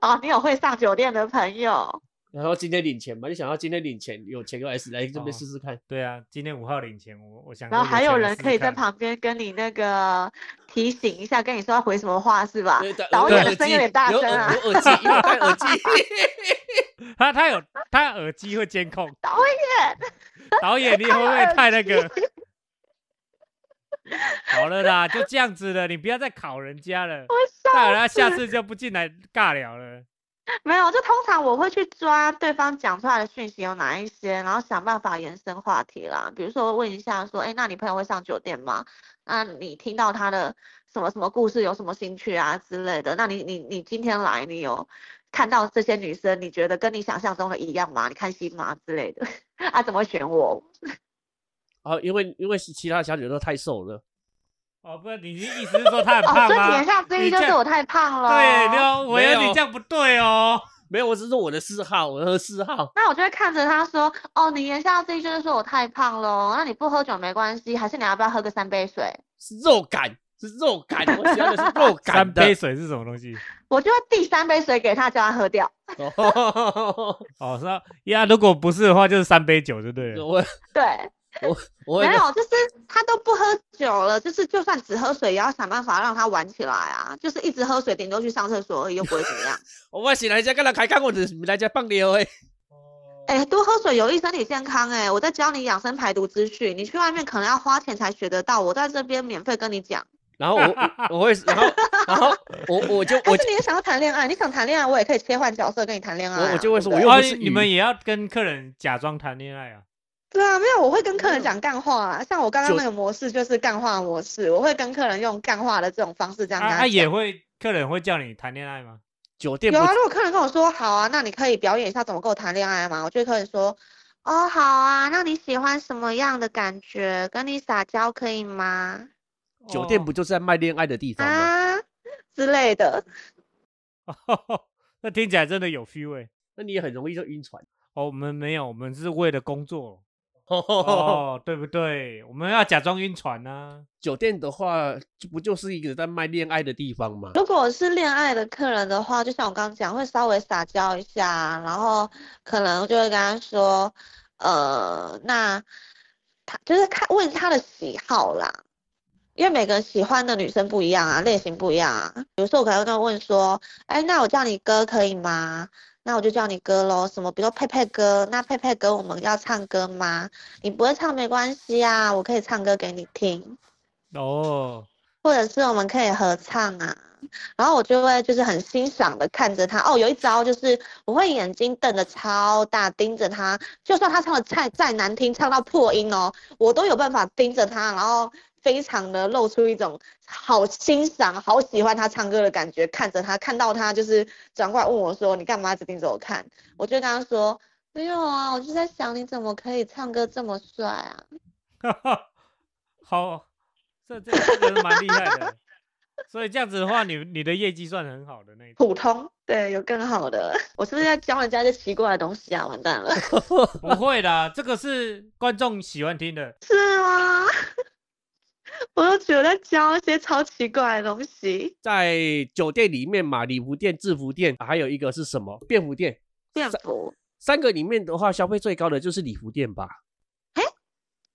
C: 哦，你有会上酒店的朋友。
A: 然后今天领钱嘛，你想要今天领钱，有钱有 S 来这
B: 哦
A: 边试试看。
B: 对啊，今天五号领钱，我我想
C: 然
B: 说
C: 后还
B: 有
C: 有
B: 钱
C: 人
B: 试试
C: 可以在
B: 看
C: 旁边跟你那个提醒一下，跟你说要回什么话是吧
A: 对？戴
C: 啊导
A: 有
C: 演
A: 耳
C: 的声
A: 机
C: 音有点大
A: 有
C: 声啊
A: 耳，有耳机，因为戴耳机。
B: 他他有他耳机会监控
C: 导演，
B: 导演，你会不会
C: 耳
B: 太那个？好了啦，就这样子了，你不要再考人家了，
C: 我
B: 再
C: 笑
B: 有他下
C: 死
B: 次就不进来尬聊了。
C: 没有，就通常我会去抓对方讲出来的讯息有哪一些，然后想办法延伸话题啦。比如说问一下说，哎，那你朋友会上酒店吗？那你听到他的什么什么故事，有什么兴趣啊之类的？那你你你今天来，你有看到这些女生，你觉得跟你想象中的一样吗？你开心吗之类的？ 啊，怎么会选我？
A: 啊，因为因为其他小姐都太瘦了，
B: 哦，不是，你的意思是说他很
C: 哦，
B: 胖
C: 所以你
B: 吗
C: 言？下之
B: 你
C: 意就
B: 这
C: 是
B: 样
C: 我太胖了。
B: 对，就我
A: 没
B: 有你
A: 有
B: 这样不对 哦。
A: 没有，我只是说我的嗜好，我的嗜好。
C: 那我就会看着他说，哦，你言下之意就是说我太胖喽。那你不喝酒没关系，还是你要不要喝个三杯水？
A: 是肉感，是肉感，我想要的是肉感
B: 三
A: 的
B: 杯。水是什么东西？
C: 我就会递三杯水给他，叫他喝掉。
A: 哦
B: 哦，是啊呀，如果不是的话，就是三杯酒就对了。
A: 我
C: 对，
A: 我
C: 没
A: 会
C: 有，就是他都不喝酒了，就是就算只喝水，也要想办法让他玩起来啊。就是一直喝水，顶多去上厕所而已，又不会怎么 样。
A: 我我是来家跟他开讲，我就是来家放尿诶。
C: 哎、多喝水有益身体健康、哎，我在教你养生排毒资讯，你去外面可能要花钱才学得到，我在这边免费跟你讲。
A: 然后 我我我会，然后然后我我就
C: 但
A: 我
C: 是你也想要谈恋爱，你想谈恋爱，我也可以切换角色跟你谈恋爱、啊。
A: 我我就会说
C: 对
A: 我
C: 不
A: 又
B: 哦
A: 不是，
B: 你
A: 鱼
B: 们也要跟客人假装谈恋爱啊？
C: 对对啊，没有，我会跟客
A: 没有
C: 人讲干话啊。像我刚
A: 嗯
C: 刚
A: 就
C: 那个模式就是干话模式，我会跟客人用干话的这种方式这样
B: 啊
C: 跟
B: 啊，
C: 他
B: 也
C: 讲。
B: 会客人会叫你谈恋爱吗？
A: 酒店不
C: 有啊，如果客人跟我说好啊，那你可以表演一下怎么跟我谈恋爱嘛，我就会跟客人说，哦，好啊，那你喜欢什么样的感觉？跟你撒娇可以吗？
A: 酒店不就是在卖恋爱的地方吗？
C: 啊之类的。
B: 哦， 那听起来真的有 feel 欸
A: 那你也很容易就晕船。
B: 哦，我们没有，我们是为了工作
A: 哦，
B: 哦，对不对？我们要假装晕船啊。
A: 酒店的话，就不就是一个在卖恋爱的地方吗？
C: 如果是恋爱的客人的话，就像我刚刚讲，会稍微撒娇一下，然后可能就会跟他说，呃，那他就是看问他的喜好啦，因为每个人喜欢的女生不一样啊，类型不一样啊。比如说我可能会问说，哎，那我叫你哥可以吗？那我就叫你哥喽。什么，比如说佩佩哥，那佩佩哥我们要唱歌吗？你不会唱没关系啊，我可以唱歌给你听。
B: 哦，
C: 或者是我们可以合唱啊。然后我就会就是很欣赏的看着他哦，有一招就是我会眼睛瞪得超大盯着他，就算他唱的再再难听，唱到破音哦，我都有办法盯着他，然后非常的露出一种好欣赏、好喜欢他唱歌的感觉，看着他，看到他就是转过来问我说你干嘛一直盯着我看？我就跟他说没有啊，我就在想你怎么可以唱歌这么帅啊？
B: 好，这这这个人蛮厉害的。所以这样子的话，你你的业绩算很好的那一种。
C: 普通，对，有更好 的。我是不是在教人家一些奇怪的东西啊？完蛋 了，
B: 不会啦，这个是观众喜欢听的。
C: 是吗？ 我都觉得在教一些超奇怪的东西。
A: 在酒店里面嘛，礼服店、制服店，还有一个是什么？便服店。
C: 便服？
A: 三个里面的话，消费最高的就是礼服店吧？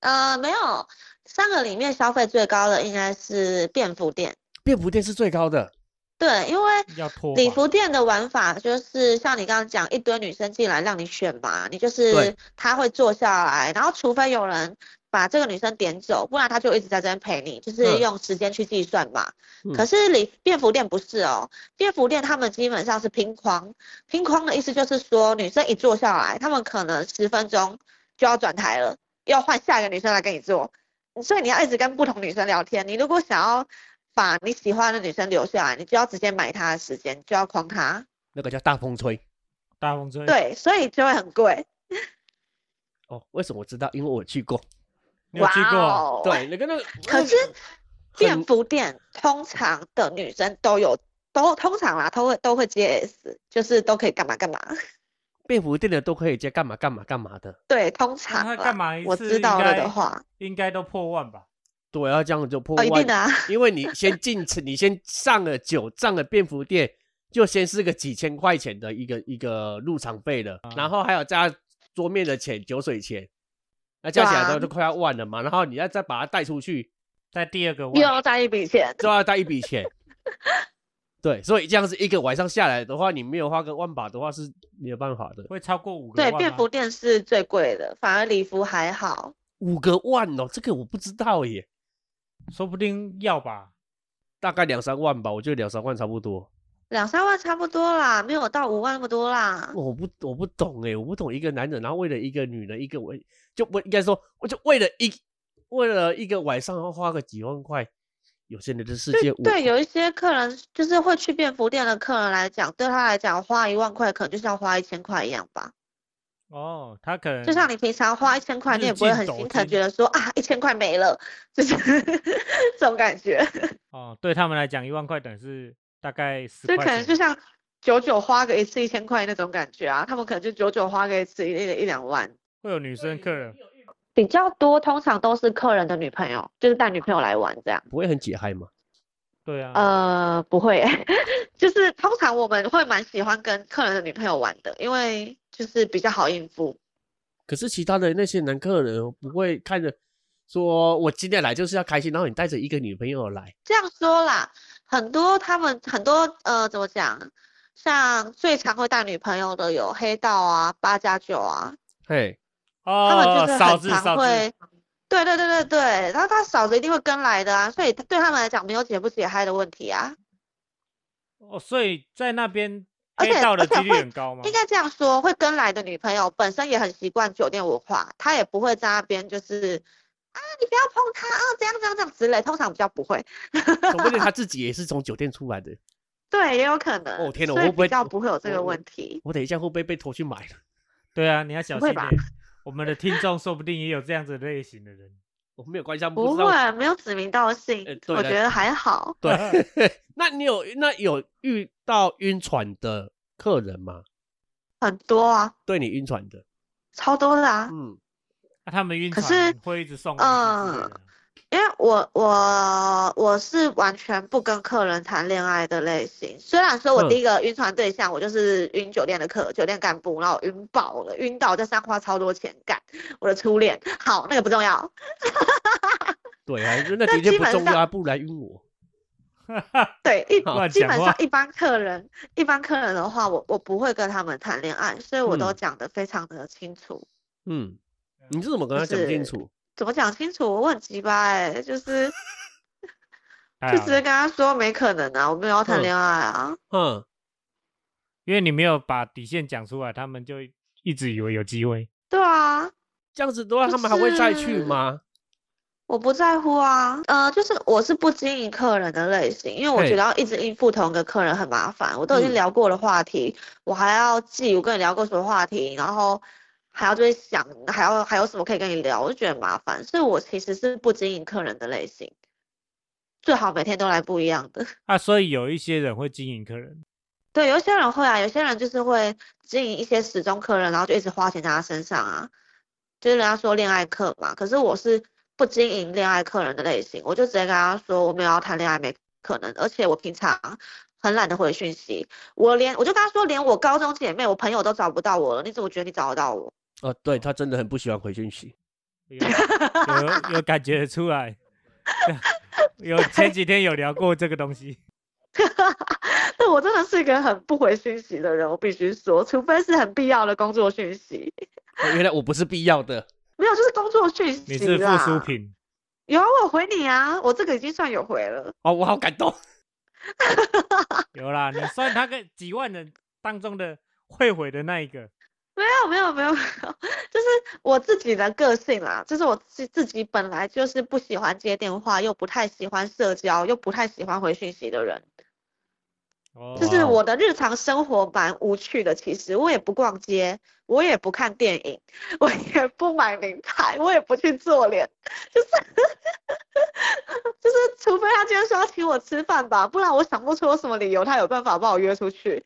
C: 呃，没有，三个里面消费最高的应该是便服店。
A: 便服店是最高的。
C: 对，因为
B: 要脱
C: 礼
B: 吧
C: 服店的玩法就是像你刚刚讲，一堆女生进来让你选嘛，你就是
A: 对
C: 她会坐下来，然后除非有人把这个女生点走，不然她就一直在这边陪你，就是
A: 嗯
C: 用时间去计算嘛。
A: 嗯
C: 可是礼便服店不是哦，便服店他们基本上是拼框，拼框的意思就是说女生一坐下来，他们可能十分钟就要转台了，要换下一个女生来跟你坐，所以你要一直跟不同女生聊天。你如果想要把你喜欢的女生留下来，你就要直接买她的时间，就要框她。
A: 那个叫大风吹
B: 大风吹，
C: 对，所以就会很贵。
A: 哦。为什么我知道？因为我去 过。
B: 你有去过
C: 哇
B: 啊？
C: 哦，
A: 对，那个那个，
C: 可
A: 那
C: 是
A: 个
C: 便
A: 很
C: 服店通常的女生都有，都通常啦，都会都会接 S，就是都可以干嘛干嘛。
A: 便服店的都可以接干嘛干嘛干嘛的。
C: 对，通
B: 那
C: 常
B: 他
C: 啦
B: 干嘛一次？
C: 我知道了的话，，
B: 应该都破万吧？
A: 对，要这样就破
C: 哦，
A: 万。
C: 一定的啊。
A: 因为你先进 城，你先上了酒，上了便服店，就先是个几千块钱的一个一个入场费了，然后还有加桌面的钱、酒水钱，那加起来
C: 对
A: 都
C: 啊
A: 都快要万了嘛。然后你要再把它带出去，
B: 在第二个
C: 又
B: 万，
C: 要再一笔钱，
A: 就要带一笔 钱。对，所以这样子一个晚上下来的话，你没有花个万把的话是没有办法的。
B: 会超过五个
C: 对，
B: 万
C: 便
B: 吗
C: 服店是最贵的，反而礼服还好。
A: 五个万哦，这个我不知道耶，
B: 说不定要吧？
A: 大概两三万吧，我觉得两三万差不多。
C: 两三万差不多啦，没有到五万那么多啦。
A: 我不我不懂哎、我不懂一个男人，然后为了一个女人，一个我就不应该说，我就为了一为了一个晚上要花个几万块，有些人的世界我
C: 对，有一些客人就是会去便服店的客人来讲，对他来讲花一万块可能就像花一千块一样吧。
B: 哦，他可能
C: 就像你平常花一千块，你
B: 日
C: 也不会
B: 进
C: 很
B: 斗
C: 心疼，
B: 金
C: 觉得说啊一千块没了，就是 这种感觉。
B: 哦，对他们来讲，一万块等于是大概十
C: 就
B: 块
C: 可
B: 钱，
C: 能就像九九花个一次一千块那种感觉啊，他们可能就九九花个一次一一一两万。
B: 会有女生客人
C: 比较多，通常都是客人的女朋友，就是带女朋友来玩这样。
A: 不会很解嗨嘛。
B: 对啊，
C: 呃，不会， 就是通常我们会蛮喜欢跟客人的女朋友玩的，因为就是比较好应付。
A: 可是其他的那些男客人不会看着说，我今天来就是要开心，然后你带着一个女朋友来，
C: 这样说啦，很多他们很多呃，怎么讲？像最常会带女朋友的有黑道啊、八加九啊，
A: 嘿，
C: 他们
B: 哦
C: 就，是
B: 嫂
C: 很
B: 子
C: 常
B: 嫂子，
C: 会，对对对对对，然后他嫂子一定会跟来的啊，所以对他们来讲没有解不解嗨的问题啊。
B: 哦，所以在那边
C: 而
B: 黑
C: 且
B: 道的
C: 而且
B: 几率
C: 会
B: 很高吗？
C: 应该这样说，会跟来的女朋友本身也很习惯酒店文化，她也不会在那边就是啊你不要碰他啊怎样怎样怎样之类，通常比较不会。
A: 说不定他自己也是从酒店出来的。
C: 对，也有可能。
A: 哦天哪
C: 所
A: 我
C: 以
A: 会不会
C: 比较不会有这
A: 我
C: 个
A: 我
C: 问题。
A: 我等一下会不会被拖去买了？
B: 对啊，你要小
C: 不
B: 心
C: 会
B: 一
C: 吧
B: 点，我们的听众说不定也有这样子类型的人。
A: 我没有关系，他们
C: 不
A: 知道
C: 会，没有指名道姓，
A: 呃对
C: 我
A: 的
C: 觉得还好。
B: 啊
A: 对， 那你有那有遇到晕船的客人吗？
C: 很多啊，
A: 对你晕船的，
C: 超多的啊。
A: 嗯，
B: 那他们晕
C: 可
B: 船
C: 是呃
B: 会一直送回去之类的，
C: 因为我我我是完全不跟客人谈恋爱的类型，虽然说我
A: 嗯
C: 第一个晕船对象我就是晕酒店的客，酒店干部，然后我晕爆了，晕到我在上花超多钱干，我的初恋，好那个不重要，
A: 对啊，那
C: 那
A: 的确
C: 基
A: 不
C: 本
A: 重要啊，
C: 上
A: 不来晕我。
C: 对 一
B: 乱
C: 基
B: 讲
C: 本上
B: 话。
C: 一般客人一般客人的话，我我不会跟他们谈恋爱，所以我都
A: 嗯
C: 讲得非常的清楚，
A: 嗯，
B: 啊
A: 你是怎么跟他
C: 就
A: 讲清
C: 是
A: 楚？
C: 怎么讲清楚？我很鸡巴哎，就是
B: 太
C: 就
B: 好
C: 直接
B: 了
C: 跟他说没可能啊，我没有要谈
A: 哎嗯
C: 恋爱啊，
A: 嗯，
B: 因为你没有把底线讲出来，他们就一直以为有机会。
C: 对啊。
A: 这样子的话，
C: 就
A: 他们还会再去
C: 是啊
A: 吗？
C: 我不在乎啊，呃，就是我是不经营客人的类型，因为我
A: 嘿
C: 觉得要一直应付同一个客人很麻烦。我都已经
A: 嗯
C: 聊过的话题，我还要记我跟你聊过什么话题，然后还要就是想还要还有什么可以跟你聊，我就觉得很麻烦。所以我其实是不经营客人的类型，最好每天都来不一样的。
B: 啊，所以有一些人会经营客人，
C: 对，有些人会啊，有些人就是会经营一些始终客人，然后就一直花钱在他身上啊，就是人家说恋爱客嘛。可是我是不经营恋爱客人的类型，我就直接跟他说我没有要谈恋爱，没可能。而且我平常很懒得回讯息，我连我就跟他说，连我高中姐妹、我朋友都找不到我了，你怎么觉得你找得到我？
A: 哦，对他真的很不喜欢回讯息。
B: 有有有感觉得出来。 有前几天有聊过这个东西，
C: 对我真的是一个很不回讯息的人，我必须说，除非是很必要的工作讯息，
A: 哦原来我不是必要的，
C: 没有就是工作讯息
B: 你是附
C: 啦
B: 属。品，
C: 有啊，我有回你啊，我这个已经算有回了。
A: 哦，我好感动。
B: 有啦，你算他个几万人当中的会毁的那一个，
C: 没有没有没有没有，就是我自己的个性啦，就是我自自己本来就是不喜欢接电话，又不太喜欢社交，又不太喜欢回讯息的人，
B: 哦
C: 就
A: 哇
C: 是
A: 哦
C: 我的日常生活蛮无趣的。其实我也不逛街，我也不看电影，我也不买名牌，我也不去做脸，就是 就是，除非他今天说要请我吃饭吧，不然我想不出有什么理由他有办法把我约出去。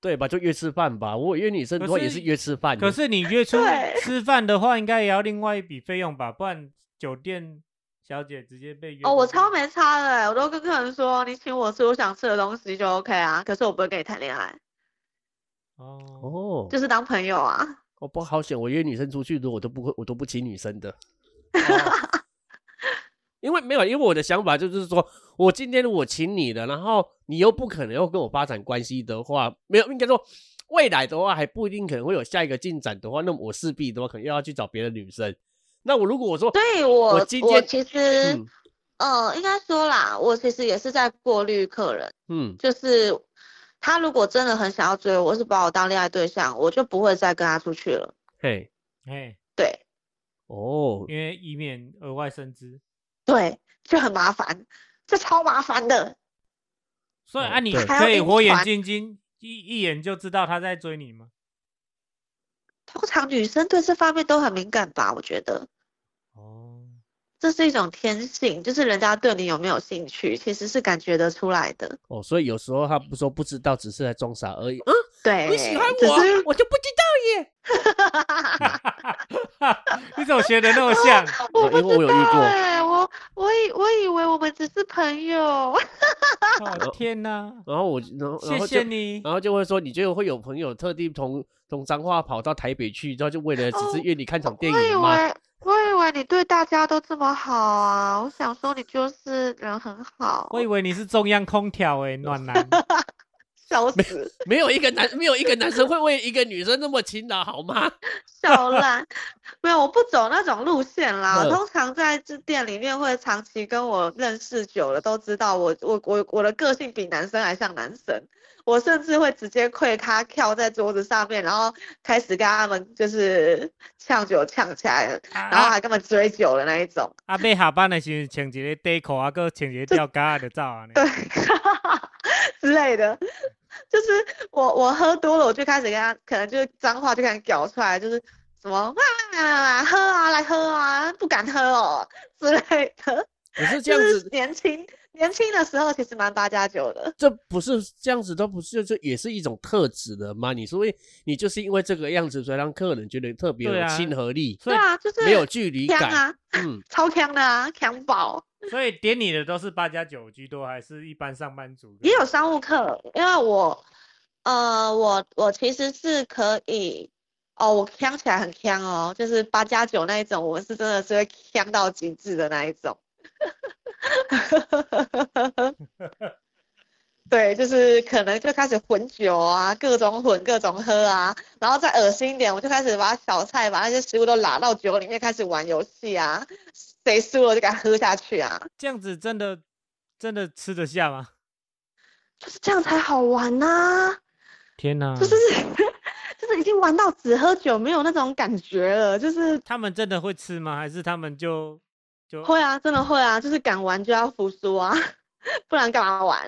A: 对吧？就约吃饭吧。我约女生的话
B: 可是
A: 也是约吃饭的。
B: 可是你约出
C: 对
B: 吃饭的话，应该也要另外一笔费用吧？不然酒店小姐直接被约
C: 哦，我
B: 出去
C: 超没差的欸，我都跟客人说，你请我吃我想吃的东西就 OK 啊，可是我不会跟你谈恋爱，
B: 哦，
A: 哦，
C: 就是当朋友啊。
A: 我哦不好险，我约女生出去的我都不会，我都不请女生的，
B: 哦
A: 因为没有，因为我的想法就是说，我今天我请你的，然后你又不可能要跟我发展关系的话，没有，应该说未来的话还不一定可能会有下一个进展的话，那么我势必的话可能又要去找别的女生。那我如果我说，
C: 所以我
A: 我今天
C: 其实、
A: 嗯
C: 呃，应该说啦，我其实也是在过滤客人，
A: 嗯，
C: 就是他如果真的很想要追我，是把我当恋爱对象，我就不会再跟他出去了。
A: 嘿，
B: 哎，
C: 对
A: 哦，
B: 因为以免额外生枝。
C: 对，就很麻烦，这超麻烦的。
B: 所以
A: 哦
B: 啊，你
A: 对
B: 可以火眼
C: 还要
B: 金睛，一一眼就知道他在追你吗？
C: 通常女生对这方面都很敏感吧，我觉得。
B: 哦，
C: 这是一种天性，就是人家对你有没有兴趣，其实是感觉得出来的。
A: 哦，所以有时候他不说不知道，只是在装傻而已。啊，
C: 对，
A: 你喜欢
C: 哎只
A: 我，
C: 是
A: 我就不知道耶。
B: 你怎么学的那么像？
C: 我不
A: 哦因为我有
C: 知
A: 遇
C: 道
A: 过
C: 哎、我我以我以为我们只是朋友，
B: 哦天哪！
A: 然后我，然后然
B: 谢
A: 后
B: 谢
A: 就
B: 你，
A: 然后就会说，你就会有朋友特地从从彰化跑到台北去，然后就为了只是
C: 哦
A: 约你看场电
C: 我以
A: 影吗？
C: 为我以为你对大家都这么好啊，我想说你就是人很好，
B: 我以为你是中央空调哎，暖男。
C: 笑死，
A: 没有一个男，没有一个男生会为一个女生那么勤劳，好吗？
C: 笑烂。没有，我不走那种路线啦。
A: 嗯
C: 我通常在这店里面会长期跟我认识久了，都知道我我我我的个性比男生还像男生。我甚至会直接跪咖跳在桌子上面，然后开始跟他们就是呛酒呛起来了，然后
B: 啊
C: 还跟他们追酒的那一种。
B: 啊，要下班的时候穿一个短裤，啊，搁穿一个吊嘎的照啊。
C: 对，之类的。就是我我喝多了，我就开始跟他，可能就是脏话就开始搞出来，就是什么哇喝啊来喝啊，不敢喝哦之类的。
A: 可是这样
C: 就是
A: 子，
C: 年轻年轻的时候其实蛮八加九的，
A: 这不是这样子，都不是，这也是一种特质的吗？你所以你就是因为这个样子，所以让客人觉得特别
B: 对
A: 有
B: 啊
A: 亲和力，
B: 所
C: 对
B: 以
C: 啊，就是
A: 没有距离
C: 强
A: 感。
C: 啊，
A: 嗯，
C: 超强的啊，强宝。
B: 所以点你的都是八加九居多，还是一般上班族？
C: 也有商务课，因为我，呃，我我其实是可以，哦，我呛起来很呛哦，就是八加九那一种，我是真的是会呛到极致的那一 种。对，就是可能就开始混酒啊，各种混，各种喝啊，然后再恶心一点，我就开始把小菜、把那些食物都拉到酒里面，开始玩游戏啊，谁输了就给他喝下去啊，
B: 这样子真的真的吃得下吗？
C: 就是这样才好玩啊呐、
B: 天哪！
C: 就是 就是已经玩到只喝酒没有那种感觉了，就是
B: 他们真的会吃吗？还是他们就就
C: 会啊，真的会啊，就是敢玩就要服输啊， 不然干嘛玩？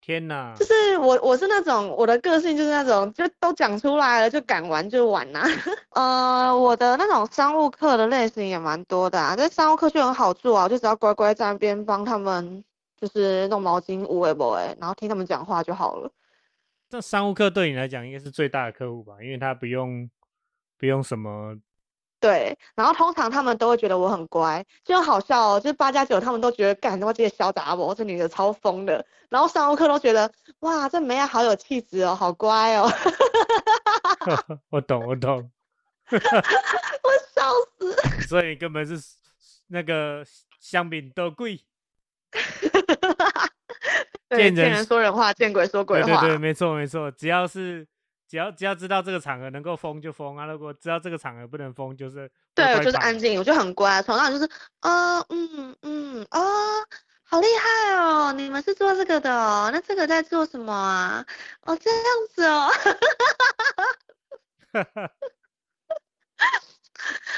B: 天哪
C: 就？是我我是那种我的个性就是那种就都讲出来了就敢玩就玩呐、 呃，我的那种商务课的类型也蛮多的啊，在商务课就很好做啊，我就只要乖乖在那边帮他们就是弄毛巾、无为不为，然后听他们讲话就好了。
B: 这商务客对你来讲应该是最大的客户吧，因为他不用不用什么
C: 对，然后通常他们都会觉得我很乖，就很好笑哦。就是八加九，他们都觉得干，他妈这些小杂毛，这女的超疯的。然后上欧课都觉得哇，这梅亚好有气质哦，好乖哦，
B: 我懂，我懂，
C: 我笑死。
B: 所以你根本是那个香饼都贵。
C: 对，
B: 见
C: 见
B: 人
C: 人说人话，见鬼说鬼
B: 对对
C: 话。
B: 对，没错没错，只要是只要只要知道这个场合能够封就封啊，如果知道这个场合不能封，就是
C: 对
B: 乖
C: 我就是
B: 乖
C: 安
B: 摆
C: 静，我就很乖，从那就是呃嗯嗯哦，好厉害哦，你们是做这个的哦，那这个在做什么啊？哦这样子哦，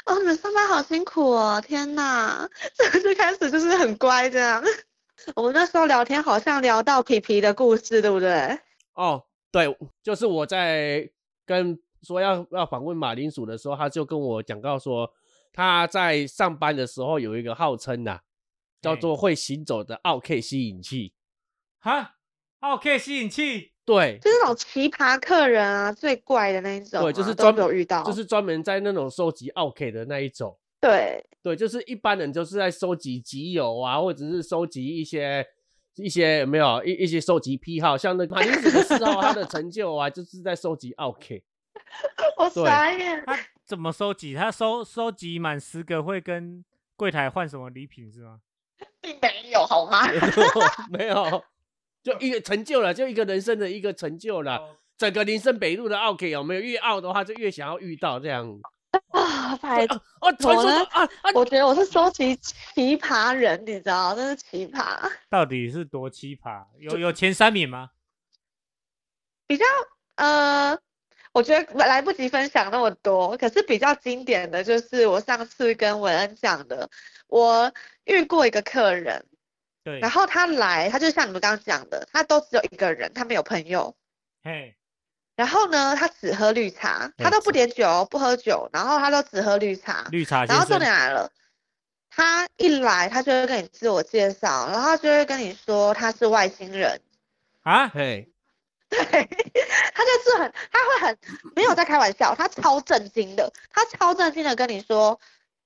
C: 哦，你们上班好辛苦哦，天呐，这 个就开始就是很乖这样。我们那时候聊天好像聊到皮皮的故事，对不对？
A: 哦，对，就是我在跟说要要访问马铃薯的时候，他就跟我讲到说，他在上班的时候有一个号称呐、叫
B: 嘿
A: 做会行走的奥 K 吸引器。
B: 哈，OK 吸引器，
A: 对，
C: 就是那种奇葩客人啊，最怪的那一种啊、
A: 对，就是
C: 都
A: 专
C: 有遇到，
A: 就是专门在那种收集奥 K 的那一种。
C: 对，
A: 对，就是一般人就是在收集集友啊，或者是收集一些一些有没有一一些收集癖好，像那个马铃薯的嗜好，他的成就啊，就是在收集奥 K。
C: 我
A: 对
C: 傻眼。
B: 他怎么收集？他收收集满十个会跟柜台换什么礼品是吗？
C: 并没有好吗？
A: 没有，就一个成就了，就一个人生的一个成就了。
B: 哦
A: 整个林森北路的奥 K 有没有越奥的话，就越想要遇到这样。
C: 啊，拜 托，
A: 哦，传说
C: 我呢
A: 中啊啊，
C: 我觉得我是收集奇葩人，你知道，真是奇葩。
B: 到底是多奇葩？有有前三名吗？
C: 呃，我觉得来不及分享那么多，可是比较经典的就是我上次跟韦恩讲的，我遇过一个客人，
B: 对，
C: 然后他来，他就像你们刚刚讲的，他都只有一个人，他没有朋友。
B: 嘿，
C: 然后呢，他只喝绿茶，他
A: 嗯
C: 都不点酒，不喝酒，然后他都只喝绿茶。
B: 绿茶先
C: 然后重
B: 生，
C: 点来了，他一来他就会跟你自我介绍，然后他就会跟你说他是外星人，
B: 啊，
A: 嘿，
C: 对，他就是很，他会很没有在开玩笑，他超震惊的，他超震惊的跟你说，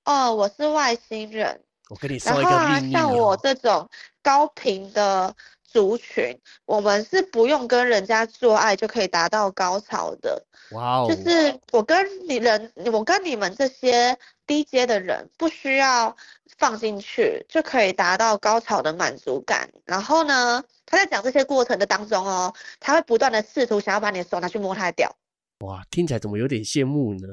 C: 哦，我是外星人，
A: 我跟你
C: 然
A: 说一
C: 后
A: 个
C: 啊，
A: 秘密
C: 像我
A: 哦，
C: 这种高频的族群，我们是不用跟人家做爱就可以达到高潮的。
A: 哇哦
C: 就，是我跟你人，我跟你们这些低阶的人，不需要放进去就可以达到高潮的满足感。然后呢，他在讲这些过程的当中哦，他会不断的试图想要把你的手拿去摸他的屌，
A: 哇，听起来怎么有点羡慕呢？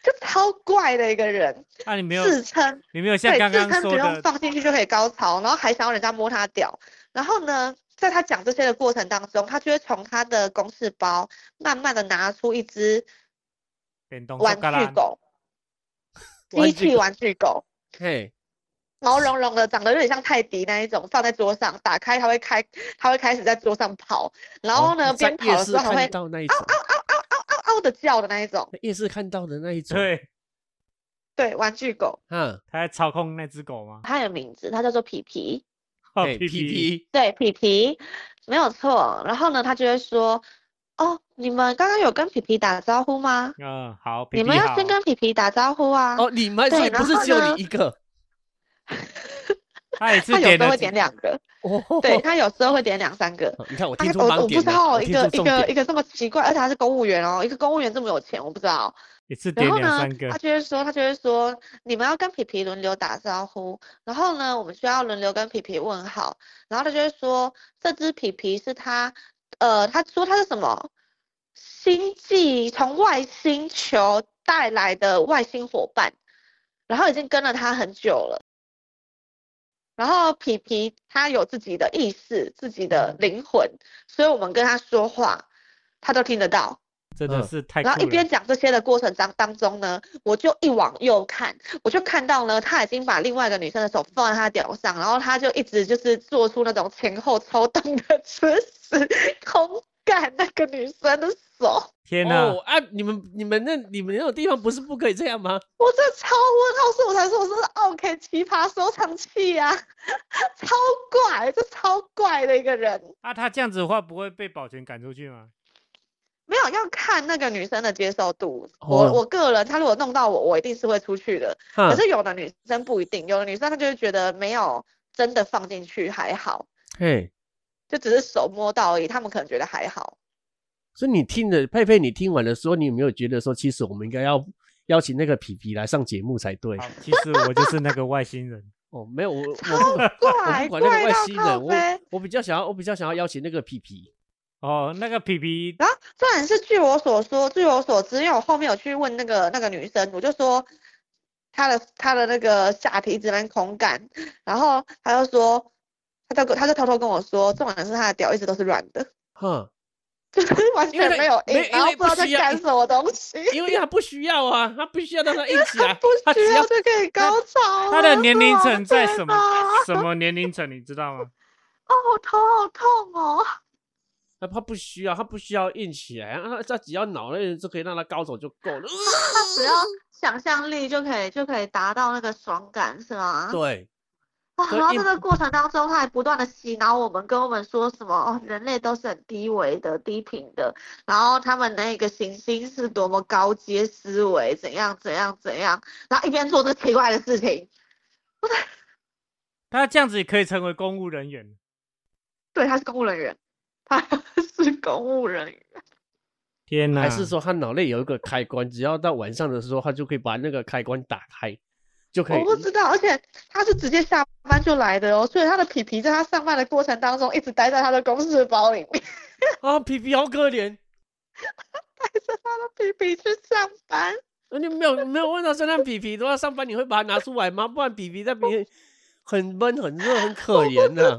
C: 就超怪的一个人，
B: 啊，你没有，
C: 自称
B: 你没有像
C: 对，
B: 刚
C: 自
B: 刚
C: 称
B: 说
C: 不用
B: 的，哦
C: 放进去就可以高潮，然后还想要人家摸他屌。然后呢，在他讲这些的过程当中，他就会从他的公事包慢慢的拿出一只
B: 电动
C: 玩
B: 塑胶
C: 具
B: 篮，
C: 狗，
A: 玩
C: 机
A: 具
C: 器
A: 狗
C: 玩具狗，
A: 嘿，
C: 毛茸茸的，长得有点像泰迪那一种，放在桌上，打开它会开，它会开始在桌上跑，然后呢，
A: 哦在
C: 边跑
A: 夜
C: 的
A: 市
C: 时候还会啊
A: 看到那一种，
C: 嗷嗷的叫的那一种，
A: 在夜市看到的那一种，，
B: 对，
C: 对，玩具狗，
A: 哈，
B: 他在操控那只狗吗？
C: 它有名字，它叫做皮皮。
B: 哦
A: 嘿
B: 屁屁，
A: ，PP，
C: 对，皮皮，没有错。然后呢，他就会说：“哦，你们刚刚有跟皮皮打招呼吗？
B: 嗯，好，
C: 你
B: 屁
C: 们
B: 屁
C: 要
B: 好
C: 先跟皮皮打招呼啊。”
A: 哦，你们
C: 对
A: 所以不
C: 然
A: 是
C: 后
A: 只有
C: 呢
A: 你一个，
B: 他也是
C: 他有
B: 点
C: 时候
B: 了
C: 会
B: 几
C: 点两个，
A: 哦，
C: 对，他有时候会点两三个。
A: 哦你看我
C: 他
A: 听出
C: 我
A: 盲
C: 我不
A: 点
C: 知
A: 了，
C: 道
A: 我
C: 一
A: 听
C: 个
A: 出
C: 一
A: 重
C: 个
A: 点，
C: 一个这么奇怪，而且他是公务员哦，一个公务员这么有钱，我不知道。
B: 也是
C: 然
B: 点
C: 后
B: 两
C: 呢啊
B: 三，个
C: 他，就会说，他就会说，你们要跟皮皮轮流打招呼，然后呢，我们需要轮流跟皮皮问好，然后他就会说，这只皮皮是他，呃，他说他是什么星际从外星球带来的外星伙伴，然后已经跟了他很久了。然后皮皮他有自己的意识、自己
B: 嗯
C: 的灵魂，所以我们跟他说话，他都听得到。
B: 真的
A: 嗯
B: 是太酷
C: 然后一边
B: 了，
C: 讲这些的过程当当中呢，我就一往右看，我就看到呢，他已经把另外一个女生的手放在他屌上，然后他就一直就是做出那种前后抽动的姿势，空干那个女生的手。
B: 天哪
A: 哦，啊，你们你们那你们那种地方不是不可以这样吗？
C: 我这超问号，所以我才说我这是 OK 奇葩收藏器啊，超怪，这超怪的一个人。
B: 啊，他这样子的话不会被保全赶出去吗？
C: 没有要看那个女生的接受度。
A: 哦
C: 我我个人，她如果弄到我，我一定是会出去的。
A: 哈
C: 可，是有的女生不一定，有的女生她就会觉得没有真的放进去还好，
A: 嘿，
C: 就只是手摸到而已，她们可能觉得还好。
A: 所以你听的佩佩，你听完的时候，你有没有觉得说，其实我们应该要邀请那个皮皮来上节目才对？
B: 好，其实我就是那个外星人，
A: 哦，没有，我我不
C: 超
A: 管我
C: 怪，
A: 不管那个
C: 怪
A: 外
C: 到
A: 星
C: 靠
A: 人，我
C: 背。
A: 我比较想要，我比较想要邀请那个皮皮。
B: 哦，那个皮 皮
C: 然后虽然是据我所说，据我所知，因为我后面有去问那个那个女生，我就说她的她的那个下体一直在那边空感，然后她就说，她就跟她就偷偷跟我说，重点是她的屌一直都是软的。
A: 哈，
C: 就是完
A: 因为
C: 全
A: 他
C: 没有
A: 没
C: 印，然
A: 因
C: 后
A: 为
C: 不知道
A: 不
C: 在
A: 需要
C: 干什么东西，
A: 因为他不需要啊，他不需要让他硬起
C: 他
A: 来，他
C: 不需
A: 只
C: 要
A: 要
C: 就可以高潮了。
B: 他的年龄
C: 我
B: 层
C: 的
B: 在
C: 天
B: 什么
C: 哪
B: 什么年龄层，你知道吗？
C: 哦，我头好痛哦！
A: 他他不需要，他不需要硬起来，他他只要脑内就可以让他高手就够了。
C: 他只要想象力就可以就可以达到那个爽感，是吗？
A: 呃对，
C: 哇
A: 所以
C: 然后
A: 一
C: 这个过程当中，他还不断的洗脑我们，跟我们说什么哦，人类都是很低维的、低频的，然后他们那个行星是多么高阶思维，怎样怎样怎样，然后一边做这个奇怪的事情，
B: 他这样子也可以成为公务人员，
C: 对，他是公务人员，他 是公务人员，
B: 天哪！
A: 还是说他脑内有一个开关，只要到晚上的时候，他就可以把那个开关打开，就可以
C: 哦我。不知道，而且他是直接下班就来的哦，所以他的皮皮在他上班的过程当中一直待在他的公事包里面，
A: 啊，皮皮好可怜，
C: 带着他的皮皮去上班，
A: 那你没有没有问到圣诞皮皮的话，上班你会把它拿出来吗？不然皮皮在别人很闷、很热、很可怜啊呐、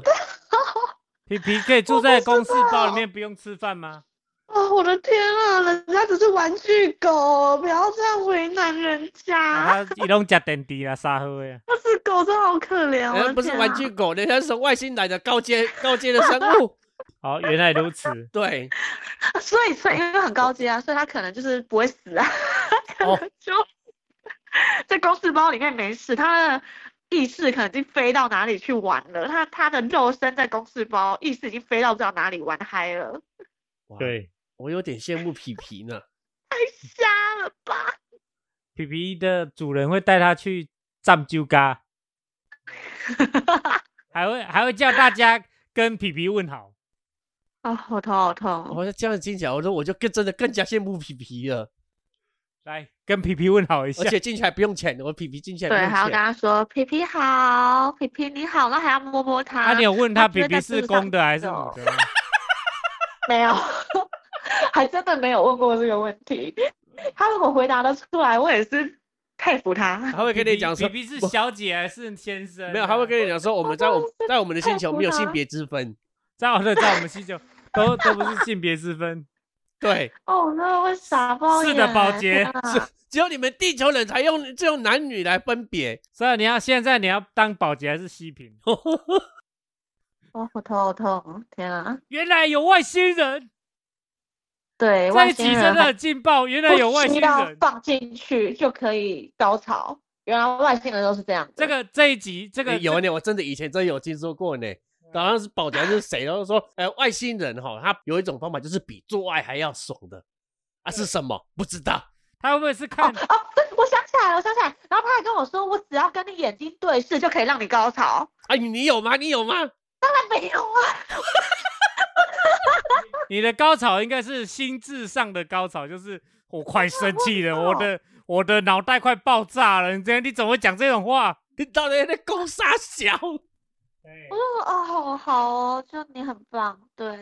B: 皮皮可以住在公司包里面，不用吃饭吗？
C: 哦，我的天啊，人家只是玩具狗，不要这样为难人家。
B: 啊，他伊拢食电池啦，啥货呀？
C: 那只狗真的好可怜，我
A: 人
C: 的
A: 家哎不是
C: 天
A: 玩
C: 啊
A: 具狗，人家是从外星来的高 阶高阶的生物。。
B: 好，哦原来如此
A: 对，
C: 所以所以因为很高级啊，所以它可能就是不会死啊， 可
A: 哦
C: 能就在公司包里面没事，它的意识可能已经飞到哪里去玩了，它它的肉身在公司包，意识已经飞到不知道哪里玩嗨了，
A: 哇，
B: 对，
A: 我有点羡慕皮皮呢。
C: 瞎了吧？
B: 皮皮的主人会带他去占酒家， 还会还会叫大家跟皮皮问好。
C: 啊，我头好痛，
A: 我要哦这样听起来，我说我就更真的更加羡慕皮皮 了，
B: 来跟皮皮问好一下
A: 而，且进去还不用钱，我皮皮进去还不
C: 对，还要
A: 用
C: 跟
A: 钱。
C: 他说皮皮好，皮皮你好，那还要摸摸它。
B: 啊，你有问
C: 他
B: 他
C: 觉
B: 皮
C: 得
B: 皮
C: 在
B: 是
C: 路
B: 公
C: 上
B: 的还是
C: 走
B: 母
A: 哦
B: 的吗？
C: 没有， 还真的没有问过这个问题。他如果回答得出来，我也是佩服他。
A: 他会
B: 皮
A: 跟
B: 皮
A: 你讲说
B: 皮，皮是
A: 不
B: 小姐还是先生啊？
A: 没有，他会跟你讲说，我们在 我们在我们的星球没有
C: 太复
A: 性
C: 杂
A: 别之分。
B: 在我的在我们星球都 都不是性别之分。
A: 对，
C: 哦，那会傻爆
B: 是的
C: 眼
B: 宝洁
C: 啊
A: 只有你们地球人才用这种男女来分别。
B: 所以你要现在你要当保洁还是西平？
C: 哦，我头好痛，天啊！
B: 原来有外星人，
C: 对，
B: 在
C: 外
B: 一起
C: 星
B: 真
C: 人
B: 的
C: 还
B: 很劲爆。原来有外
C: 不
B: 星
C: 需要
B: 人，
C: 放进去就可以高潮。原来外星人都是这样。
B: 这，个这一集这个嗯
A: 欸有呢，我真的以前真有听说过呢。好像是保洁还是谁，然后说，呃，外星人哈，他有一种方法就是比做爱还要爽的，啊，是什么？不知道。
B: 他会不会是
C: 哦
B: 看
C: 哦，对，我想起来了，我想起来。然后他还跟我说，我只要跟你眼睛对视就可以让你高潮。
A: 啊，你你有吗？你有吗？
C: 当然没有啊。
B: 你的高潮应该是心智上的高潮，就是我快生气 了，
C: 我
B: 我的我的脑袋快爆炸了。你这样你怎么会讲这种话？
A: 你到底在攻杀小
C: 我就说哦，好哦，就你很棒，对。
B: 哦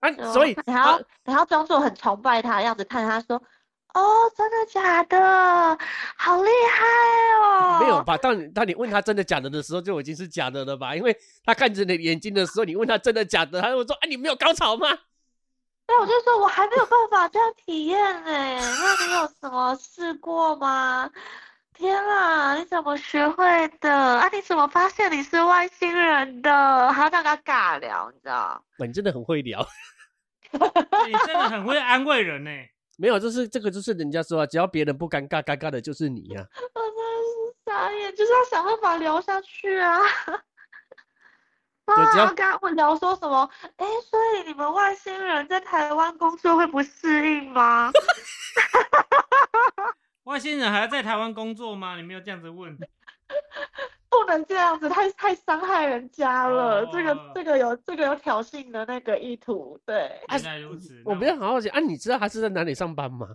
A: 啊？所以
C: 你还要、
B: 呃
A: 啊
C: 你还要装作很崇拜他的样子，看着他说：“哦，真的假的？好厉害哦！”
A: 啊没有吧？当你当你问他真的假的的时候，就已经是假的了吧？因为他看着你的眼睛的时候，你问他真的假的，他就会说：“啊，你没有高潮吗
C: 对，我就说我还没有办法这样体验呢。那你有什么试过吗？天啊，你怎么学会的？啊，你怎么发现你是外星人的？还要这样跟他尬聊，你知道？？”
A: 哇你真的很会聊。
B: 你真的很会安慰人呢、
A: 没有，就是这个，就是人家说啊，只要别人不尴尬，尴尬的就是你啊呀、
C: 我真的是傻眼，就是要想办法聊下去啊！
A: 只要
C: 啊，跟他们聊说什么？哎，所以你们外星人在台湾工作会不适应吗？
B: 外星人还在台湾工作吗？你没有这样子问，
C: 不能这样子，太太伤害人家了。这
B: 哦
C: 个这个有这个有挑衅的那个意图，对
A: 啊
B: 原来如此。
A: 我
B: 那
A: 不要好好讲啊，你知道他是在哪里上班吗？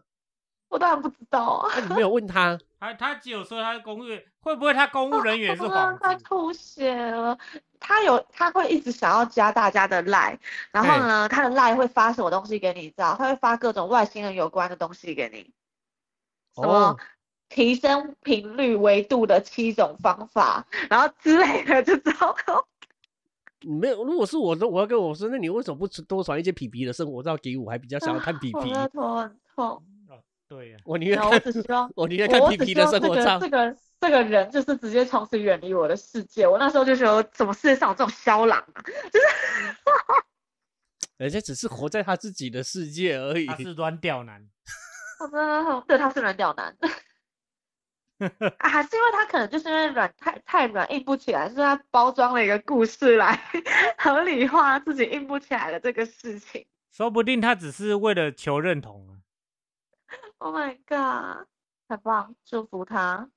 C: 我当然不知道啊。
A: 啊，你没有问他，
B: 他他只有说他是公务员，会不会他公务人 员是
C: 我真的快
B: 幌子？
C: 吐血了。他有，他会一直想要加大家的赖，然后
A: 嘿
C: 呢，他的赖会发什么东西给你？知道？他会发各种外星人有关的东西给你， 什
A: 哦
C: 么提升频率维度的七种方法，然后之类的，就糟糕。
A: 你没有，如果是我的，我要跟我说，那你为什么不多传一些皮皮的生活照给我？还比较想要看皮
C: 啊我
A: 皮
C: 的，头很痛。
B: 哦，对呀，
A: 我宁愿
C: 然后我
A: 看，
C: 只希望，
A: 我宁愿看
C: 我
A: 皮
C: 只
A: 皮
C: 希
A: 的
C: 望
A: 生
C: 这
A: 活
C: 个
A: 照。
C: 这个这个人就是直接从此远离我的世界。我那时候就觉得，怎么世界上有这种肖郎啊？
A: 人家只是活在他自己的世界
C: 啊
A: 而已
B: 他。是软屌男，
C: 我真的很对他是软屌 男。啊，还是因为他可能就是因为软太太软硬不起来，所以他包装了一个故事来 合理化自己硬不起来的这个事情。
B: 说不定他只是为了求认同啊。
C: Oh my god，太棒，祝福他。